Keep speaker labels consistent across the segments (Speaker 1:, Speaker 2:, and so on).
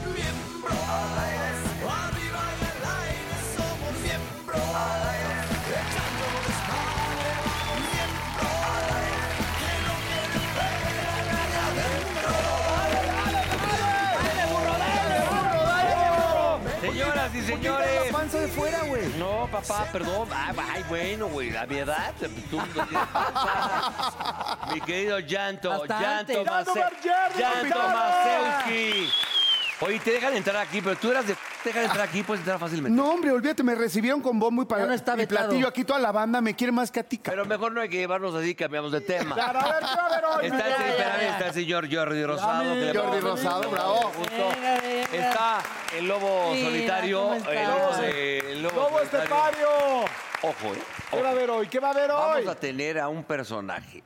Speaker 1: Miembro al aire, arriba y al aire, somos miembro al aire, echando desmadre, miembro al aire, que no quieren ver a nadie adentro.
Speaker 2: Señoras y señores.
Speaker 3: panza de fuera, güey.
Speaker 2: No, papá, perdón. Ah, Ay, bueno, güey, la verdad. tú no tienes panza. Mi querido Llanto,
Speaker 3: Bastante.
Speaker 2: Llanto
Speaker 3: Llanto
Speaker 2: Mace-
Speaker 3: Bargerdi,
Speaker 2: Llanto
Speaker 3: capitán.
Speaker 2: Maseuki. Oye, te dejan entrar aquí, pero tú eras de. Te dejan entrar aquí, puedes entrar fácilmente.
Speaker 3: No, hombre, olvídate, me recibieron con bombo y, para,
Speaker 4: Ya no está
Speaker 3: y
Speaker 4: vetado.
Speaker 3: platillo aquí toda la banda, me quiere más que a ti. ca-
Speaker 2: Pero mejor no hay que llevarnos así, cambiamos de tema.
Speaker 3: Claro, a ver, a ver, hoy,
Speaker 2: Está el,
Speaker 3: ya, ya,
Speaker 2: espérame,
Speaker 3: ya.
Speaker 2: está el señor Jordi Rosado. que le
Speaker 3: Jordi
Speaker 2: mando un
Speaker 3: Rosado,
Speaker 2: saludo,
Speaker 3: bravo.
Speaker 2: un gusto. Está el lobo
Speaker 4: Mira,
Speaker 2: solitario,
Speaker 4: ¿cómo
Speaker 2: el
Speaker 4: estás?
Speaker 2: lobo de... El lobo
Speaker 5: ¡Lobo
Speaker 2: solitario.
Speaker 5: Estepario!
Speaker 2: Ojo, ¿eh?
Speaker 5: ¿Qué
Speaker 2: Ojo.
Speaker 5: va a haber hoy? ¿Qué va a haber hoy?
Speaker 2: Vamos a tener a un personaje.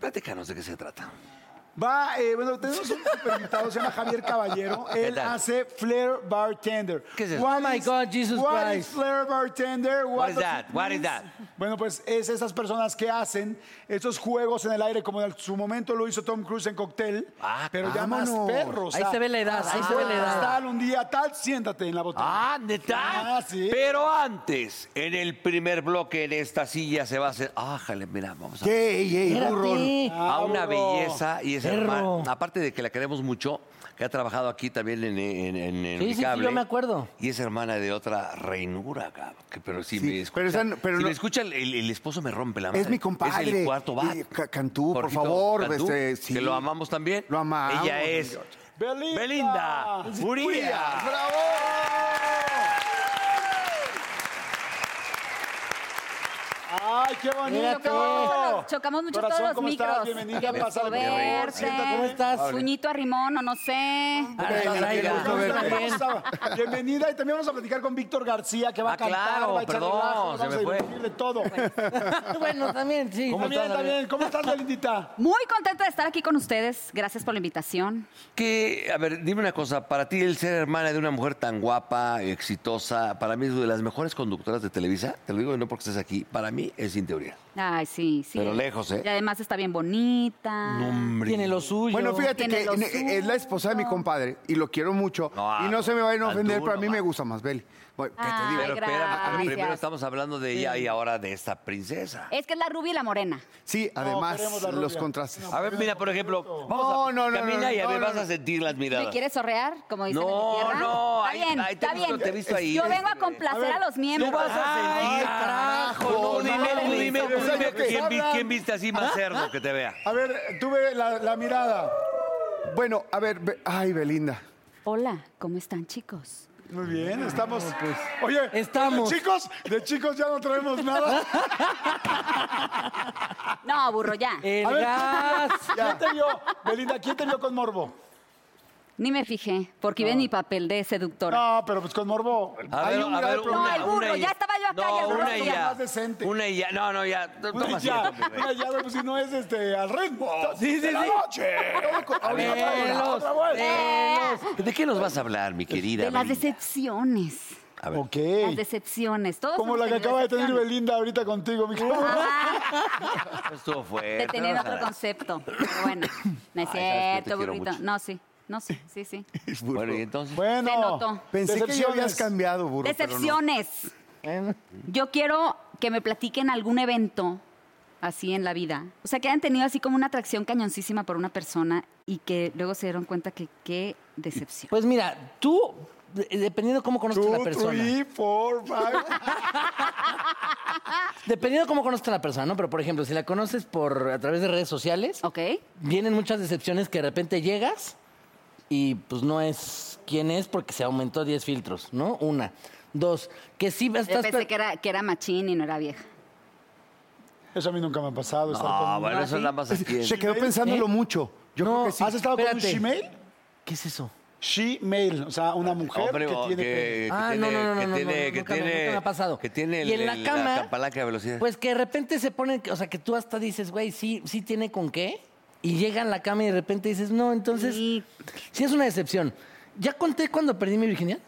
Speaker 2: Platícanos de qué se trata.
Speaker 5: Va, eh, bueno, tenemos un super invitado, se llama Javier Caballero. Él
Speaker 2: tal?
Speaker 5: hace Flair Bartender.
Speaker 2: ¿Qué es eso?
Speaker 5: What
Speaker 4: Oh my
Speaker 5: is-
Speaker 4: God, Jesus
Speaker 5: what
Speaker 4: Christ.
Speaker 5: is Flair Bartender?
Speaker 2: What is
Speaker 5: does
Speaker 2: that?
Speaker 5: it
Speaker 2: What is
Speaker 5: mean?
Speaker 2: that?
Speaker 5: Bueno, pues es estas personas que hacen estos juegos en el aire, como en su momento lo hizo Tom Cruise en Cóctel,
Speaker 2: Ah,
Speaker 5: pero ya más
Speaker 3: vámonos.
Speaker 5: perros.
Speaker 4: Ahí se ve la edad, ahí se ve la edad.
Speaker 5: Tal, un día tal, siéntate en la botella.
Speaker 2: Ah, neta.
Speaker 5: Ah, sí.
Speaker 2: Pero antes, en el primer bloque de esta silla se va a hacer. Ájale, mira, vamos a.
Speaker 3: Ey, ey, burro.
Speaker 4: Espérate.
Speaker 2: A una belleza y es
Speaker 4: Ah, Perro.
Speaker 2: herma- Aparte de que la queremos mucho, que ha trabajado aquí también en, en, en- en
Speaker 4: Sí,
Speaker 2: el
Speaker 4: sí, sí,
Speaker 2: cable.
Speaker 4: yo me acuerdo.
Speaker 2: Y es hermana de otra reinura, cabrón, que- pero si
Speaker 3: Sí,
Speaker 2: me escucha,
Speaker 3: pero esa- pero
Speaker 2: si
Speaker 3: no-
Speaker 2: me escucha el, el- el esposo me rompe la madre.
Speaker 3: Es mi compadre.
Speaker 2: Es el cuarto va.
Speaker 3: Eh, Ca- Cantú, por favor, este, sí.
Speaker 2: Que lo amamos también.
Speaker 3: Lo amamos,
Speaker 2: Ella es
Speaker 5: Belinda.
Speaker 2: Belinda Uría.
Speaker 3: ¡Bravo!
Speaker 5: ¡Ay, qué bonito!
Speaker 4: Mírate. pues,
Speaker 6: Chocamos, chocamos mucho
Speaker 5: Corazón,
Speaker 6: todos los
Speaker 5: ¿cómo estás?
Speaker 6: micros.
Speaker 5: Bienvenida,
Speaker 6: Qué gusto
Speaker 5: pásale, por favor,
Speaker 6: verte.
Speaker 5: siéntate.
Speaker 4: ¿Cómo estás?
Speaker 6: Puñito a rimón o no sé.
Speaker 5: Ah,
Speaker 4: Ay, caray,
Speaker 3: Mira,
Speaker 4: gusto
Speaker 3: mira,
Speaker 4: verte.
Speaker 3: mira,
Speaker 4: Bien.
Speaker 5: Bienvenida y también vamos a platicar con Víctor García que va
Speaker 2: Ah,
Speaker 5: a cantar,
Speaker 2: claro,
Speaker 5: va a echar
Speaker 2: perdón,
Speaker 5: relajo,
Speaker 2: se
Speaker 5: vamos
Speaker 2: me
Speaker 5: a
Speaker 2: fue.
Speaker 5: divertir de todo.
Speaker 4: bueno, también, sí.
Speaker 5: ¿Cómo Ah, también,
Speaker 4: También,
Speaker 5: también. ¿Cómo estás, Belindita?
Speaker 6: Muy contenta de estar aquí con ustedes. Gracias por la invitación.
Speaker 2: Que, a ver, dime una cosa, para ti el ser hermana de una mujer tan guapa, exitosa, para mí es de las mejores conductoras de Televisa, te lo digo y no porque estés aquí, para mí es sin teoría.
Speaker 6: Ay, sí, sí.
Speaker 2: Pero lejos, ¿eh?
Speaker 6: Y además está bien bonita.
Speaker 4: Tiene lo suyo.
Speaker 3: Bueno, fíjate
Speaker 6: Tiene
Speaker 3: que
Speaker 6: lo
Speaker 3: ne- eh, es la esposa de mi compadre y lo quiero mucho.
Speaker 2: No, ah,
Speaker 3: y no se me vayan a
Speaker 2: tan
Speaker 3: ofender,
Speaker 2: duro,
Speaker 3: pero a mí
Speaker 2: man.
Speaker 3: me gusta más, Beli. Bueno, ¿qué te
Speaker 6: Ay,
Speaker 3: digo?
Speaker 2: Pero espérame, porque
Speaker 6: gracias.
Speaker 2: primero estamos hablando de ella y ahora de esta princesa.
Speaker 6: Es que es la rubia y la morena.
Speaker 3: Sí, además,
Speaker 5: queremos la
Speaker 3: los
Speaker 5: rubia.
Speaker 3: contrastes.
Speaker 2: A ver, mira, por ejemplo, vamos
Speaker 3: No,
Speaker 2: a,
Speaker 3: no, no,
Speaker 2: camina
Speaker 3: no,
Speaker 2: y a ver,
Speaker 3: no,
Speaker 2: vas
Speaker 3: no.
Speaker 2: a sentir las miradas.
Speaker 6: ¿Me quieres sorrear? Como dicen en
Speaker 2: No,
Speaker 6: mi tierra.
Speaker 2: no,
Speaker 6: Está
Speaker 2: ahí-
Speaker 6: bien,
Speaker 2: ahí te
Speaker 6: está
Speaker 2: he visto,
Speaker 6: bien.
Speaker 2: te he visto ahí.
Speaker 6: Yo vengo a complacer a, los miembros.
Speaker 2: Tú vas a sentir,
Speaker 3: carajo,
Speaker 2: Tú dime,
Speaker 3: no,
Speaker 2: tú dime, tú
Speaker 3: no,
Speaker 2: dime
Speaker 3: no, no,
Speaker 2: quién,
Speaker 3: no,
Speaker 2: vi-
Speaker 3: hablan. ¿Ah?
Speaker 2: quién viste así más cerdo que te vea.
Speaker 5: A ver, tuve la, la mirada.
Speaker 3: Bueno, a ver, Be- ay, Belinda.
Speaker 6: Hola, ¿cómo están, chicos?
Speaker 5: Muy bien, estamos.
Speaker 4: pues,
Speaker 5: Oye,
Speaker 4: Estamos.
Speaker 5: de chicos, de chicos ya no traemos nada.
Speaker 6: No, burro, ya.
Speaker 4: El
Speaker 5: A ver,
Speaker 4: gas.
Speaker 5: ¿Quién te vio? Belinda, ¿quién te vio con morbo?
Speaker 6: Ni me fijé, porque iba en mi papel de seductora.
Speaker 5: No, pero pues con morbo.
Speaker 2: A
Speaker 5: hay
Speaker 2: ver,
Speaker 5: un
Speaker 2: a
Speaker 5: grave
Speaker 2: ver,
Speaker 5: problema.
Speaker 2: una,
Speaker 6: No, el burro,
Speaker 2: una y
Speaker 6: ya estaba yo acá,
Speaker 2: no,
Speaker 6: ya el burro
Speaker 2: una y
Speaker 6: ya.
Speaker 2: ya.
Speaker 5: Más decente.
Speaker 2: Una y ya. No, no, ya. T- Toma
Speaker 5: Una
Speaker 2: asiento,
Speaker 5: Pues, ya,
Speaker 2: mi rey.
Speaker 5: una ya, güey, pues si no es este, al ritmo.
Speaker 4: Sí, sí,
Speaker 5: De la
Speaker 4: sí.
Speaker 5: noche.
Speaker 4: Velos,
Speaker 5: Otra vuelta.
Speaker 4: velos.
Speaker 2: ¿De qué nos vas a hablar, mi querida?
Speaker 6: De las
Speaker 2: Belinda?
Speaker 6: decepciones.
Speaker 2: A ver.
Speaker 5: Ok.
Speaker 6: Las decepciones. Todos
Speaker 5: Como
Speaker 6: hemos
Speaker 5: la que
Speaker 6: tenido
Speaker 5: acaba de tener
Speaker 6: decepciones.
Speaker 5: Belinda ahorita contigo, mi
Speaker 6: Ah,
Speaker 2: Esto fue.
Speaker 6: de tener
Speaker 2: Vamos a
Speaker 6: otro
Speaker 2: dar.
Speaker 6: concepto. Pero bueno, no es
Speaker 2: Ay, sabes que yo te
Speaker 6: cierto,
Speaker 2: quiero
Speaker 6: burrito.
Speaker 2: mucho.
Speaker 6: No, sí. No, sí, sí, sí.
Speaker 2: Bueno, y entonces.
Speaker 5: Bueno.
Speaker 6: Se notó.
Speaker 3: Pensé que ya habías
Speaker 5: Decepciones.
Speaker 3: cambiado, burro. pero no.
Speaker 6: Decepciones. Yo quiero que me platiquen algún evento así en la vida. O sea, que han tenido así como una atracción cañoncísima por una persona y que luego se dieron cuenta que qué decepción.
Speaker 4: Pues mira, tú, de- Eh, dependiendo cómo conozcas a la
Speaker 5: Two,
Speaker 4: persona.
Speaker 5: three, four, five.
Speaker 4: Dependiendo cómo conozcas a la persona, ¿no? Pero por ejemplo, si la conoces por a través de redes sociales,
Speaker 6: ¿Ok?
Speaker 4: vienen muchas decepciones que de repente llegas y pues no es quién es porque se aumentó 10 filtros, ¿no? Una. Dos, que sí
Speaker 6: Yo
Speaker 4: estás...
Speaker 6: pensé que era, que era machín y no era vieja.
Speaker 5: Eso a mí nunca me ha pasado. estar
Speaker 2: Ah,
Speaker 5: con-
Speaker 2: bueno, eso nada más aquí.
Speaker 3: Se quedó pensándolo mucho. Yo
Speaker 4: No,
Speaker 3: creo que sí.
Speaker 5: ¿Has estado con un
Speaker 4: Espérate.
Speaker 5: shemale?
Speaker 4: ¿Qué es eso?
Speaker 5: She-male, o sea, una mujer
Speaker 2: Hombre,
Speaker 5: que
Speaker 2: o
Speaker 5: tiene...
Speaker 2: que, que
Speaker 4: Ah, no,
Speaker 2: tiene,
Speaker 4: no, no,
Speaker 2: que
Speaker 4: no, no,
Speaker 2: tiene,
Speaker 4: no,
Speaker 2: que
Speaker 4: nunca me-
Speaker 2: tiene,
Speaker 4: nunca me ha pasado.
Speaker 2: que tiene
Speaker 4: Y en
Speaker 2: el-
Speaker 4: la
Speaker 2: el-
Speaker 4: cama,
Speaker 2: palanca de velocidad.
Speaker 4: Pues que de repente se ponen, o sea, que tú hasta dices, güey, sí, sí tiene con qué. Y llega a la cama y de repente dices, no, entonces,
Speaker 6: Y-
Speaker 4: sí es una decepción. ¿Ya conté cuando perdí mi virginidad?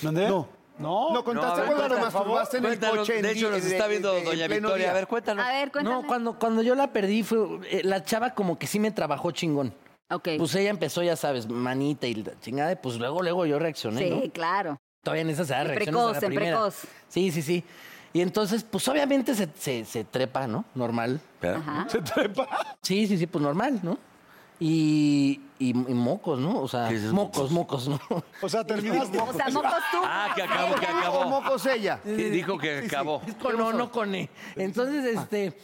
Speaker 5: ¿Dónde? No. No.
Speaker 3: No,
Speaker 2: No, a
Speaker 3: contaste
Speaker 2: ver,
Speaker 3: cuando te
Speaker 2: cuéntanos,
Speaker 3: masturbaste en el
Speaker 2: cuéntanos.
Speaker 3: coche. en
Speaker 2: de hecho,
Speaker 3: di-
Speaker 2: nos
Speaker 3: de-
Speaker 2: está viendo
Speaker 3: de- en
Speaker 2: doña
Speaker 3: pleno
Speaker 2: Victoria.
Speaker 3: día.
Speaker 2: A ver, cuéntanos.
Speaker 6: A ver, cuéntame.
Speaker 4: No, cuando, cuando yo la perdí, fue eh, la chava como que sí me trabajó chingón.
Speaker 6: Ok.
Speaker 4: Pues ella empezó, ya sabes, manita y la chingada, y pues luego, luego yo reaccioné,
Speaker 6: sí,
Speaker 4: ¿no?
Speaker 6: claro.
Speaker 4: Todavía en esa se da
Speaker 6: El
Speaker 4: reacciones a la
Speaker 6: precoz, el
Speaker 4: primera.
Speaker 6: precoz.
Speaker 4: Sí, sí, sí. Y entonces, pues obviamente se, se- se trepa, ¿no? Normal.
Speaker 2: Espera.
Speaker 6: Ajá.
Speaker 5: ¿Se trepa?
Speaker 4: Sí, sí, sí, pues normal, ¿no? Y, y- y mocos, ¿no? O sea,
Speaker 2: ¿Qué dices,
Speaker 4: mocos, mocos, ¿no?
Speaker 5: O sea, terminaste.
Speaker 6: O sea, mocos tú.
Speaker 2: Ah, que acabó, que
Speaker 3: O
Speaker 2: acabó.
Speaker 3: mocos ella.
Speaker 2: Que Dijo que acabó.
Speaker 4: Es con O, no con E. Entonces,
Speaker 2: Ah.
Speaker 4: este,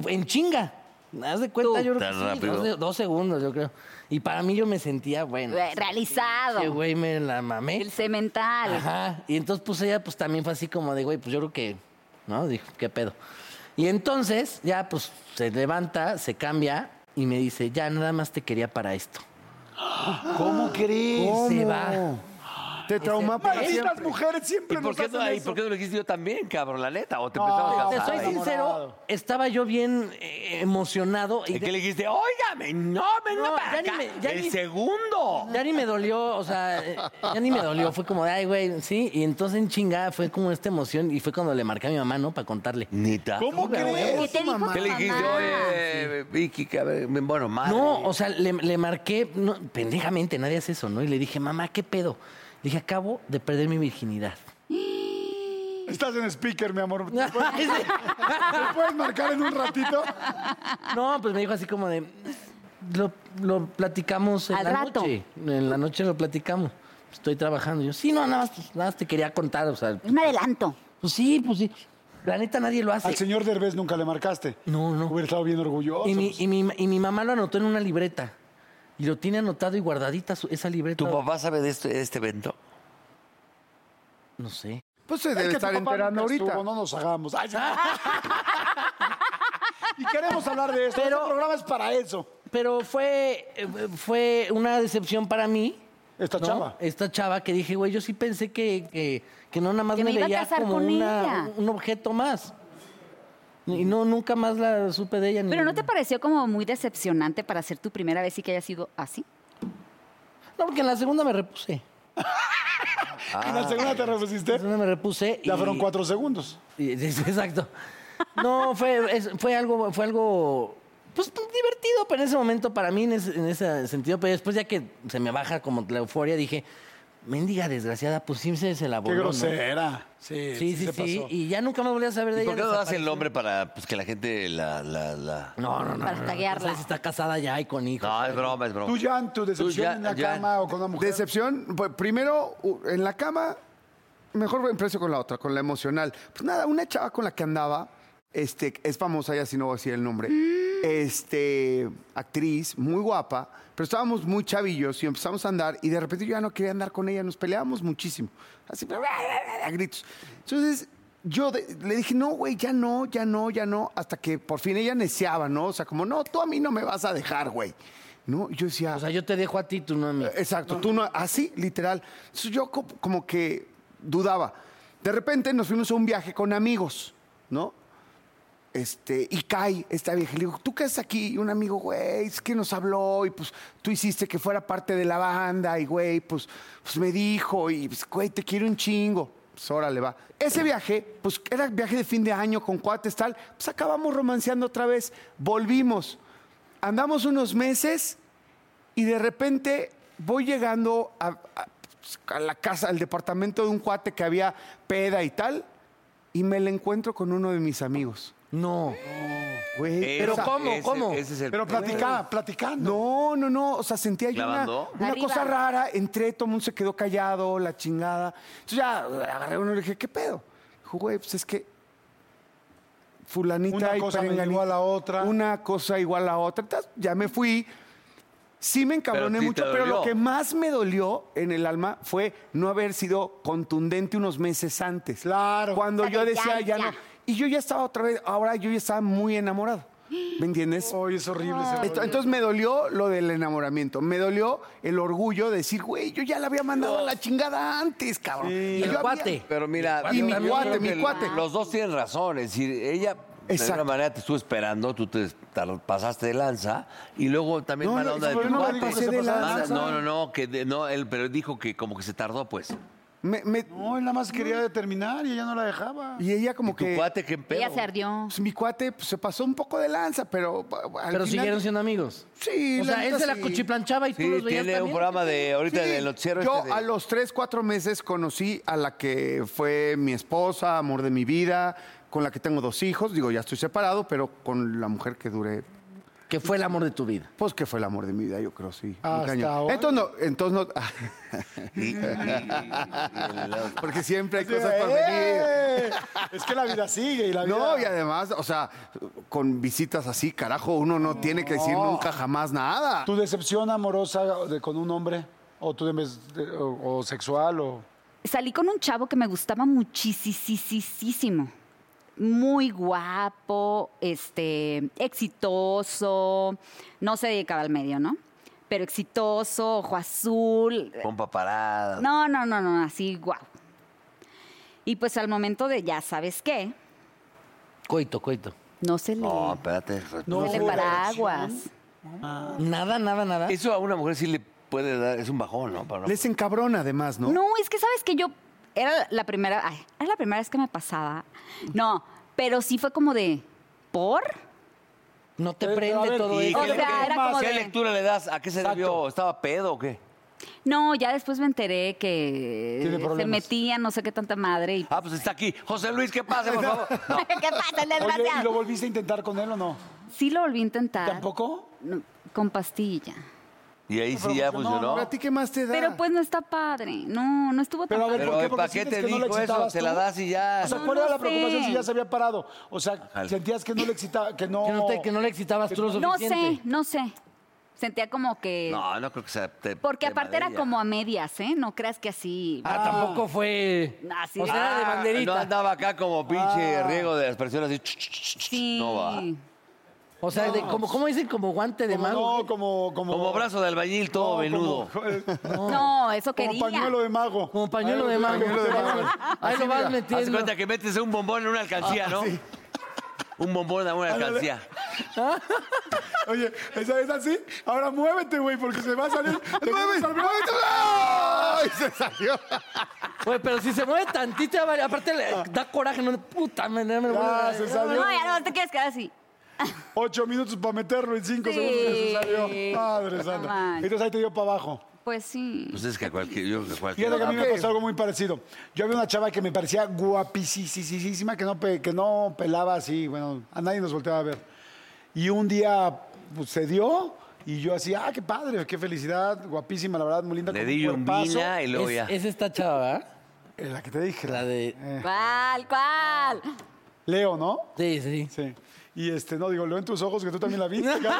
Speaker 4: fue- en chinga. Haz de cuenta,
Speaker 6: Tú.
Speaker 4: yo creo
Speaker 2: Tan
Speaker 4: que sí,
Speaker 2: rápido.
Speaker 4: dos, de- dos segundos, yo creo. Y para mí yo me sentía, bueno,
Speaker 6: Re-
Speaker 4: ese
Speaker 6: Realizado.
Speaker 4: güey me la mamé.
Speaker 6: El cemental.
Speaker 4: Ajá. Y entonces, pues ella, pues también fue así como de, güey, pues yo creo que, ¿no? Dijo, ¿qué pedo? Y entonces, ya, pues se levanta, se cambia y me dice, ya nada más te quería para esto.
Speaker 5: ¿Cómo crees?
Speaker 4: Se va. Ah.
Speaker 3: Te trauma para
Speaker 5: Malditas
Speaker 3: siempre.
Speaker 5: mujeres
Speaker 2: ¿Y
Speaker 5: siempre
Speaker 2: por
Speaker 5: nos
Speaker 2: qué, no,
Speaker 5: hacen
Speaker 2: y
Speaker 5: eso.
Speaker 2: por qué no lo dijiste yo también, cabrón? La neta, o te
Speaker 5: No,
Speaker 2: empezabas a
Speaker 4: Te soy
Speaker 2: casar.
Speaker 4: sincero, estaba yo bien eh, emocionado. Y
Speaker 2: ¿Y
Speaker 4: de-
Speaker 2: qué le dijiste? Óigame, no, venga
Speaker 4: No,
Speaker 2: para
Speaker 4: ya ni
Speaker 2: acá.
Speaker 4: me- ya
Speaker 2: el
Speaker 4: ni-
Speaker 2: segundo.
Speaker 4: Ya ni me dolió, o sea, eh, ya ni me dolió. Fue como de, ay, güey, sí. Y entonces en chingada fue como esta emoción y fue cuando le marqué a mi mamá, ¿no? Para contarle.
Speaker 2: Nita.
Speaker 5: ¿Cómo crees?
Speaker 6: ¿Qué te dijo tu
Speaker 2: ¿Qué le dijiste?
Speaker 6: mamá?
Speaker 2: Oye, Eh, Vicky, que a ver, bueno, madre.
Speaker 4: No, o sea, le, le marqué, no, pendejamente, nadie hace eso, ¿no? Y le dije, mamá, ¿qué pedo? Le dije, acabo de perder mi virginidad.
Speaker 5: Estás en speaker, mi amor. ¿Me
Speaker 4: no,
Speaker 5: puedes marcar en un ratito?
Speaker 4: pues me dijo así como de, lo, lo platicamos en
Speaker 6: Al
Speaker 4: la
Speaker 6: rato.
Speaker 4: noche. En la noche lo platicamos. Estoy trabajando. Y Yo, sí, no, nada más, pues, nada más te quería contar, o sea,
Speaker 6: Un adelanto.
Speaker 4: pues sí, pues sí. La neta nadie lo hace.
Speaker 5: Al señor Derbez nunca le marcaste.
Speaker 4: No, no.
Speaker 5: Hubiera estado bien orgulloso.
Speaker 4: Y mi, y, mi, y mi mamá lo anotó en una libreta. Y lo tiene anotado y guardadita su- esa libreta.
Speaker 2: ¿Tu papá sabe de este, de este evento?
Speaker 4: No sé.
Speaker 3: Pues se
Speaker 5: Es que
Speaker 3: debe
Speaker 5: tu
Speaker 3: estar
Speaker 5: papá
Speaker 3: enterando
Speaker 5: nunca
Speaker 3: ahorita.
Speaker 5: estuvo, no nos hagamos. Ay, sí. y queremos hablar de esto. Pero este programa es para eso.
Speaker 4: Pero fue, eh, fue una decepción para mí.
Speaker 5: Esta
Speaker 4: ¿no?
Speaker 5: chava.
Speaker 4: Esta chava que dije, güey, yo sí pensé que, que, que no nada más
Speaker 6: Que
Speaker 4: me,
Speaker 6: me iba a
Speaker 4: veía
Speaker 6: casar
Speaker 4: como
Speaker 6: con
Speaker 4: una-
Speaker 6: ella.
Speaker 4: un objeto más. Y no, nunca más la supe de ella. ni-
Speaker 6: Pero ¿no te pareció como muy decepcionante para ser tu primera vez y que haya sido así?
Speaker 4: No, porque en la segunda me repuse.
Speaker 5: En la segunda te
Speaker 4: En la
Speaker 5: resististe.
Speaker 4: segunda me repuse.
Speaker 5: Ya
Speaker 4: y-
Speaker 5: fueron cuatro segundos.
Speaker 4: Y- sí, sí, Exacto. No, fue, es- fue algo, fue algo pues, divertido, pero en ese momento para mí en ese, en ese sentido, pero después ya que se me baja como la euforia, dije, mendiga desgraciada, pues sí se, se la
Speaker 5: Qué
Speaker 4: voló, ¿no?".
Speaker 5: grosera. Sí,
Speaker 4: Sí, sí,
Speaker 5: se
Speaker 4: sí.
Speaker 5: pasó.
Speaker 4: Y ya nunca más volví a saber de
Speaker 2: ¿Y
Speaker 4: ella.
Speaker 2: por qué no das el
Speaker 4: desapareció.
Speaker 2: nombre para pues, que la gente la... la, la...
Speaker 4: No, no, no.
Speaker 6: Para
Speaker 4: no, no.
Speaker 6: taguearla.
Speaker 4: No sé si pues, está casada ya y con hijos.
Speaker 2: No, es broma, es broma.
Speaker 5: Tú, Jan, tu decepción
Speaker 2: Jan,
Speaker 5: en la
Speaker 2: Jan.
Speaker 5: cama o con una mujer.
Speaker 3: Decepción, pues, primero u- en la cama, mejor empiezo con la otra, con la emocional. Pues nada, una chava con la que andaba, este, es famosa, ya si no voy a decir el nombre, este, actriz, muy guapa, pero estábamos muy chavillos y empezamos a andar y de repente yo ya no quería andar con ella, nos peleábamos muchísimo, así, a gritos. Entonces yo de- le dije, no, güey, ya no, ya no, ya no, hasta que por fin ella neceaba, ¿no? O sea, como, no, tú a mí no me vas a dejar, güey. No, yo decía...
Speaker 4: O sea, yo te dejo a ti, tú no a mí.
Speaker 3: Exacto, tú no, así, literal. Entonces, yo co- como, que dudaba. De repente nos fuimos a un viaje con amigos, ¿no? Este, y cae esta vieja. y Le digo, ¿tú qué haces aquí? Y un amigo, güey, es que nos habló y pues tú hiciste que fuera parte de la banda y güey, pues, pues me dijo y pues, güey, te quiero un chingo. Pues órale, va. Ese viaje, pues era viaje de fin de año con cuates, tal. Pues acabamos romanceando otra vez. Volvimos. Andamos unos meses y de repente voy llegando a, a- a la casa, al departamento de un cuate que había peda y tal, y me la encuentro con uno de mis amigos.
Speaker 4: No.
Speaker 3: Güey,
Speaker 4: Pero
Speaker 3: esa-
Speaker 4: ¿cómo?
Speaker 2: ese-
Speaker 4: ¿Cómo?
Speaker 2: ese es el
Speaker 5: Pero
Speaker 2: pedo.
Speaker 5: platicá, platicando.
Speaker 3: No, no, no. O sea, sentía yo
Speaker 2: ¿La
Speaker 3: una,
Speaker 2: mandó?
Speaker 3: una
Speaker 6: Arriba.
Speaker 3: cosa rara. Entré, todo el mundo se quedó callado, la chingada. Entonces ya agarré uno y le dije, ¿qué pedo? Dijo, güey, pues es que fulanita
Speaker 5: Una
Speaker 3: y
Speaker 5: cosa me
Speaker 3: perenganita,
Speaker 5: llevó a la otra.
Speaker 3: Una cosa igual a la otra. Entonces, ya me fui. Sí me encabroné
Speaker 2: Pero sí te
Speaker 3: mucho, pero lo
Speaker 2: dolió.
Speaker 3: que más me dolió en el alma fue no haber sido contundente unos meses antes.
Speaker 5: Claro.
Speaker 3: Cuando
Speaker 6: O sea,
Speaker 3: yo
Speaker 6: de
Speaker 3: decía,
Speaker 6: ya,
Speaker 3: ya,
Speaker 6: ya.
Speaker 3: no. Y yo ya estaba otra vez, ahora yo ya estaba muy enamorado. ¿Me entiendes?
Speaker 5: Hoy es horrible ese
Speaker 3: Esto-
Speaker 5: rollo.
Speaker 3: entonces me dolió lo del enamoramiento, me dolió el orgullo de decir, güey, yo ya la había mandado a la chingada antes, cabrón.
Speaker 4: Y
Speaker 3: yo
Speaker 4: el
Speaker 3: había-
Speaker 4: cuate.
Speaker 2: Pero mira,
Speaker 3: Y
Speaker 2: yo
Speaker 3: mi
Speaker 2: también
Speaker 3: cuate,
Speaker 2: creo
Speaker 3: mi
Speaker 2: que
Speaker 3: cuate.
Speaker 2: Los dos tienen razón. Es decir, ella de
Speaker 3: Exacto.
Speaker 2: alguna manera te estuvo esperando, tú te tar- pasaste de lanza y luego también
Speaker 3: No,
Speaker 2: mala
Speaker 3: no,
Speaker 2: onda de
Speaker 3: pero
Speaker 2: tu
Speaker 3: no me
Speaker 2: cuate.
Speaker 3: pasé de
Speaker 2: Ah,
Speaker 3: lanza.
Speaker 2: No, no, no, que de- no, él, pero dijo que como que se tardó, pues.
Speaker 3: Me- me-
Speaker 5: No, él nada más quería determinar y ella no la dejaba.
Speaker 3: Y ella como
Speaker 2: ¿Y tu
Speaker 3: que...
Speaker 2: cuate qué pedo?
Speaker 6: Ella se ardió.
Speaker 3: pues, mi cuate pues, se pasó un poco de lanza, pero... al
Speaker 4: Pero
Speaker 3: final-
Speaker 4: siguieron siendo amigos.
Speaker 3: Sí,
Speaker 4: O sea,
Speaker 3: neta,
Speaker 4: él se la
Speaker 3: sí.
Speaker 4: cuchiplanchaba y tú
Speaker 2: Sí,
Speaker 4: los veías
Speaker 2: tiene un
Speaker 4: también.
Speaker 2: programa de ahorita
Speaker 3: Sí,
Speaker 2: del noticiero.
Speaker 3: Yo
Speaker 2: este de-
Speaker 3: a los 3, 4 meses conocí a la que fue mi esposa, amor de mi vida, con la que tengo dos hijos. Digo, ya estoy separado, pero con la mujer que duré,
Speaker 4: Que fue el amor de tu vida.
Speaker 3: pues que fue el amor de mi vida, yo creo, sí. un
Speaker 5: Hasta
Speaker 3: cañón.
Speaker 5: ahora.
Speaker 3: Entonces no, entonces no.
Speaker 2: ah, Y- y- y- y- y- y-
Speaker 3: Porque siempre hay
Speaker 5: Sí,
Speaker 3: cosas por venir.
Speaker 5: ¡eh! Es que la vida sigue y la vida...
Speaker 3: No, y además, o sea, con visitas así, carajo, uno no tiene que decir nunca jamás nada.
Speaker 5: ¿Tu decepción amorosa de- con un hombre? ¿O tú de, de- o, o sexual? O...
Speaker 6: Salí con un chavo que me gustaba muchísimo. Muy guapo, este, exitoso, no se dedicaba al medio, ¿no? Pero exitoso, ojo azul.
Speaker 2: este Pompa
Speaker 5: Ah.
Speaker 2: parada.
Speaker 6: No, no, no, no, así, guau. Y pues al momento de ya sabes qué,
Speaker 4: Coito, coito.
Speaker 6: no se le,
Speaker 2: No, espérate.
Speaker 6: no se le
Speaker 5: fue
Speaker 6: paraguas.
Speaker 4: Nada, nada, nada.
Speaker 2: Eso a una mujer sí le puede dar, es un bajón, ¿no? Para-
Speaker 3: Les encabrona además, ¿no?
Speaker 6: ¿no? es que sabes que yo era la primera, ay, era la primera vez que me pasaba. No, pero sí fue como de ¿por?
Speaker 4: No te
Speaker 2: Eh,
Speaker 5: Pero, a
Speaker 4: prende
Speaker 5: ver,
Speaker 4: todo
Speaker 5: y-
Speaker 4: eso.
Speaker 6: O
Speaker 2: qué-
Speaker 6: sea,
Speaker 2: qué-
Speaker 6: era como
Speaker 2: ¿Qué
Speaker 6: de-
Speaker 2: lectura le das? ¿A qué se debió? ¿Estaba pedo o qué?
Speaker 6: No, ya después me enteré que
Speaker 5: Tiene
Speaker 6: se
Speaker 5: problemas.
Speaker 6: metía no sé qué tanta madre y
Speaker 2: Ah, pues está aquí. José Luis, ¿qué pasa, por favor? No.
Speaker 6: ¿Qué pasa, el
Speaker 5: Oye, ¿y
Speaker 6: desgraciado?
Speaker 5: lo volviste a intentar con él o no?
Speaker 6: Sí lo volví a intentar.
Speaker 5: ¿Tampoco?
Speaker 6: No, Con pastilla.
Speaker 2: Y ahí sí ya
Speaker 5: Oh.
Speaker 2: funcionó.
Speaker 3: ¿A ti qué más te da?
Speaker 6: Pero pues no está padre. No, no estuvo tan
Speaker 5: Pero a ver,
Speaker 6: padre.
Speaker 2: Pero
Speaker 5: ¿por qué?
Speaker 2: ¿eh,
Speaker 5: Porque
Speaker 2: ¿para qué
Speaker 5: sientes
Speaker 2: te
Speaker 5: que no la
Speaker 2: dijo eso?
Speaker 5: excitabas
Speaker 2: Se
Speaker 5: tú.
Speaker 2: la das y ya.
Speaker 5: O sea,
Speaker 6: No,
Speaker 5: ¿cuál era
Speaker 6: no
Speaker 5: la preocupación
Speaker 6: sé.
Speaker 5: si ya se había parado? O sea,
Speaker 2: Ajá.
Speaker 5: sentías que no le excitaba, que no...
Speaker 4: Que no, te, que no le excitabas tú lo
Speaker 6: no
Speaker 4: suficiente.
Speaker 6: sé, no sé. Sentía como que...
Speaker 2: No, no creo que sea. te-
Speaker 6: porque
Speaker 2: tema
Speaker 6: aparte
Speaker 2: de
Speaker 6: era
Speaker 2: ella.
Speaker 6: como a medias, ¿eh? No creas que así...
Speaker 4: Ah, tampoco fue...
Speaker 6: Así
Speaker 4: o sea, era de
Speaker 2: Ah,
Speaker 4: banderita. Ah.
Speaker 2: No andaba acá como pinche riego de las personas así. ch, ch, ch, ch,
Speaker 6: Sí.
Speaker 2: No va.
Speaker 4: O sea, de, como, ¿cómo dicen? Como guante de
Speaker 5: Como,
Speaker 4: mago.
Speaker 5: no, como, como...
Speaker 2: Como brazo de albañil, todo
Speaker 5: como-
Speaker 2: menudo.
Speaker 6: No, eso
Speaker 5: Como
Speaker 6: quería.
Speaker 5: pañuelo de mago.
Speaker 4: Como pañuelo
Speaker 5: Ay,
Speaker 4: de mago.
Speaker 5: pañuelo de mago.
Speaker 4: Ahí lo vas
Speaker 2: Haz
Speaker 4: metiendo. Ah,
Speaker 2: cuenta que metes un bombón en una alcancía, ¿no? Un bombón en una alcancía.
Speaker 5: Oye, ¿esa es así? Ahora muévete, güey, porque se va a salir... te va a
Speaker 3: ¡Muévete!
Speaker 5: salir-
Speaker 3: ¡Muévete! ¡Ay! Se salió.
Speaker 4: Güey, pero si se mueve tantito, ya vale. aparte le da coraje. No, puta, me, me- me-
Speaker 5: Ya, se
Speaker 6: No,
Speaker 5: salió.
Speaker 6: ya no te quieres quedar así.
Speaker 5: Ocho minutos para meterlo en cinco
Speaker 6: Sí.
Speaker 5: segundos que se salió. Madre
Speaker 6: No
Speaker 5: santa.
Speaker 6: manches.
Speaker 5: Entonces ahí te dio para abajo.
Speaker 6: Pues sí.
Speaker 2: Pues es que a cualquier. Yo creo que a cualquier.
Speaker 5: Fíjate que a mí me
Speaker 3: Ok.
Speaker 5: pasó algo muy parecido. Yo había una chava que me parecía guapísima, que no, pe- que no pelaba así, bueno, a nadie nos volteaba a ver. Y un día pues, se dio y yo así, ah, qué padre, qué felicidad, guapísima, la verdad, muy linda.
Speaker 2: Le
Speaker 5: con
Speaker 2: di un
Speaker 5: cuerpazo.
Speaker 2: vina y luego ya.
Speaker 4: es, es esta chava, ¿verdad?
Speaker 5: Eh, La que te dije, Eh,
Speaker 4: La de...
Speaker 6: ¿Cuál, cuál?
Speaker 5: Leo, ¿no?
Speaker 4: Sí, sí.
Speaker 5: Sí. Y este, no, digo, leo en tus ojos que tú también la viste. cabrón.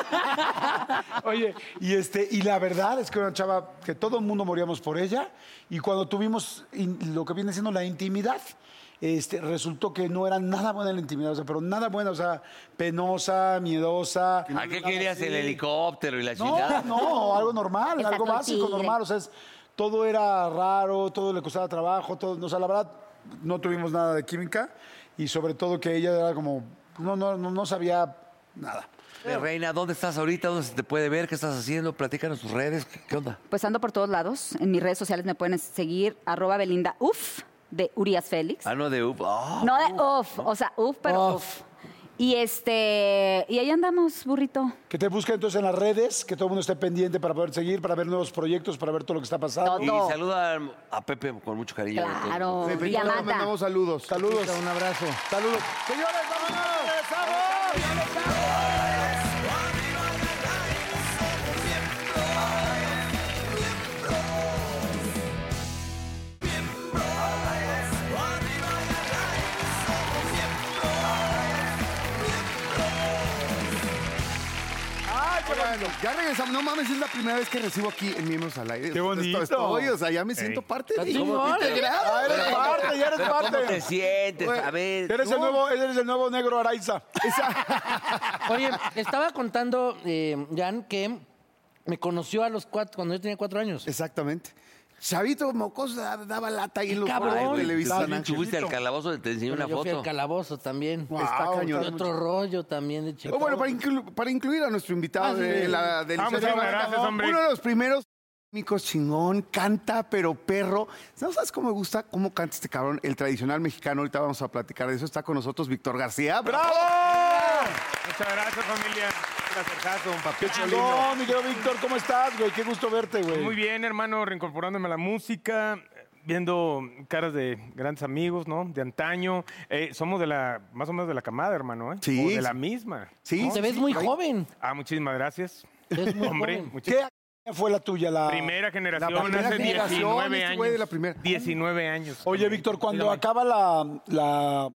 Speaker 5: Oye, y este, y la verdad es que era una chava que todo el mundo moríamos por ella. Y cuando tuvimos in- lo que viene siendo la intimidad, este, resultó que no era nada buena la intimidad, o sea, pero nada buena, o sea, penosa, miedosa.
Speaker 2: ¿A qué
Speaker 5: Nada
Speaker 2: querías
Speaker 5: así.
Speaker 2: el helicóptero y la
Speaker 5: No,
Speaker 2: chingada?
Speaker 5: no, algo normal,
Speaker 6: Está
Speaker 5: algo
Speaker 6: con
Speaker 5: básico,
Speaker 6: tigre.
Speaker 5: normal. O sea, es- todo era raro, todo le costaba trabajo, todo, o sea, la verdad, no tuvimos nada de química y sobre todo que ella era como, no, no, no, no sabía nada.
Speaker 2: Eh, Reina, ¿dónde estás ahorita? ¿Dónde se te puede ver? ¿Qué estás haciendo? Platícanos tus redes. ¿Qué- ¿Qué onda?
Speaker 6: Pues ando por todos lados. En mis redes sociales me pueden seguir arroba Belinda Uf de Urias Félix.
Speaker 2: Ah, no, de UP. Ah,
Speaker 6: No de off, o sea, uf,
Speaker 4: Uf.
Speaker 6: pero uf. Y este, y ahí andamos, burrito.
Speaker 5: Que te busquen entonces en las redes, que todo el mundo esté pendiente para poder seguir, para ver nuevos proyectos, para ver todo lo que está pasando.
Speaker 2: Y
Speaker 6: todo.
Speaker 2: saluda a Pepe con mucho cariño.
Speaker 6: Claro.
Speaker 3: De
Speaker 6: Y
Speaker 5: Oh,
Speaker 3: Pepito le
Speaker 6: Amanda.
Speaker 3: mandamos saludos.
Speaker 5: Saludos.
Speaker 4: Un abrazo.
Speaker 5: Saludos. Señores, vámonos. Regresamos. pues,
Speaker 3: Ya regresamos. No mames, es la primera vez que recibo aquí en Miembros al Aire.
Speaker 5: Qué bonito.
Speaker 3: Esto Estoy, o sea, ya me siento parte de
Speaker 4: chingón.
Speaker 3: te grabas?
Speaker 5: Ah, eres parte, ya eres
Speaker 2: Pero ¿Cómo te
Speaker 5: parte.
Speaker 2: sientes? A ver.
Speaker 5: Eres el, nuevo, eres el nuevo negro Araiza.
Speaker 4: Oye, estaba contando, eh, Jan, que me conoció a los cuatro, cuando yo tenía cuatro años.
Speaker 3: Exactamente. Chavito Mocoso da- daba lata ahí en los
Speaker 4: cabrón.
Speaker 3: foros de
Speaker 4: Ay,
Speaker 3: Televisa.
Speaker 5: está
Speaker 3: San
Speaker 5: bien
Speaker 3: Ángel.
Speaker 2: Subiste al calabozo te enseñé
Speaker 4: Pero
Speaker 2: una
Speaker 4: yo fui
Speaker 2: foto.
Speaker 4: al calabozo también.
Speaker 3: Está
Speaker 5: Wow,
Speaker 3: cañón.
Speaker 4: Y otro rollo también de chico.
Speaker 3: Oh, bueno, para, inclu- para incluir a nuestro invitado
Speaker 4: Ah, sí.
Speaker 3: de la deliciosa
Speaker 7: muchísimas
Speaker 3: banda,
Speaker 7: gracias, hombre.
Speaker 3: Uno de los primeros micos chingón, canta, pero perro. ¿No sabes cómo me gusta cómo canta este cabrón? El tradicional mexicano, ahorita vamos a platicar de eso. Está con nosotros Víctor García. ¡Bravo!
Speaker 7: Muchas gracias, familia. Un acercazo, un
Speaker 5: Qué
Speaker 7: papel
Speaker 5: chingón, mi querido Víctor, ¿cómo estás, güey? Qué gusto verte, güey.
Speaker 7: Muy bien, hermano, reincorporándome a la música, eh, viendo caras de grandes amigos, ¿no? De antaño. Eh, somos de la, más o menos de la camada, hermano, ¿eh?
Speaker 3: Sí.
Speaker 7: O de la misma.
Speaker 3: Sí,
Speaker 4: Te ves muy
Speaker 3: ahí-
Speaker 4: joven.
Speaker 7: Ah, muchísimas gracias.
Speaker 4: Te ves muy
Speaker 7: Hombre,
Speaker 4: joven.
Speaker 7: muchas-
Speaker 5: ¿Qué fue la tuya? La...
Speaker 7: Primera
Speaker 3: La
Speaker 7: generación,
Speaker 3: primera
Speaker 7: hace
Speaker 3: generación,
Speaker 7: 19
Speaker 3: este
Speaker 7: años.
Speaker 3: güey de la primera.
Speaker 7: 19 años.
Speaker 5: Oye, Víctor, cuando
Speaker 7: Dígame.
Speaker 5: acaba la, la,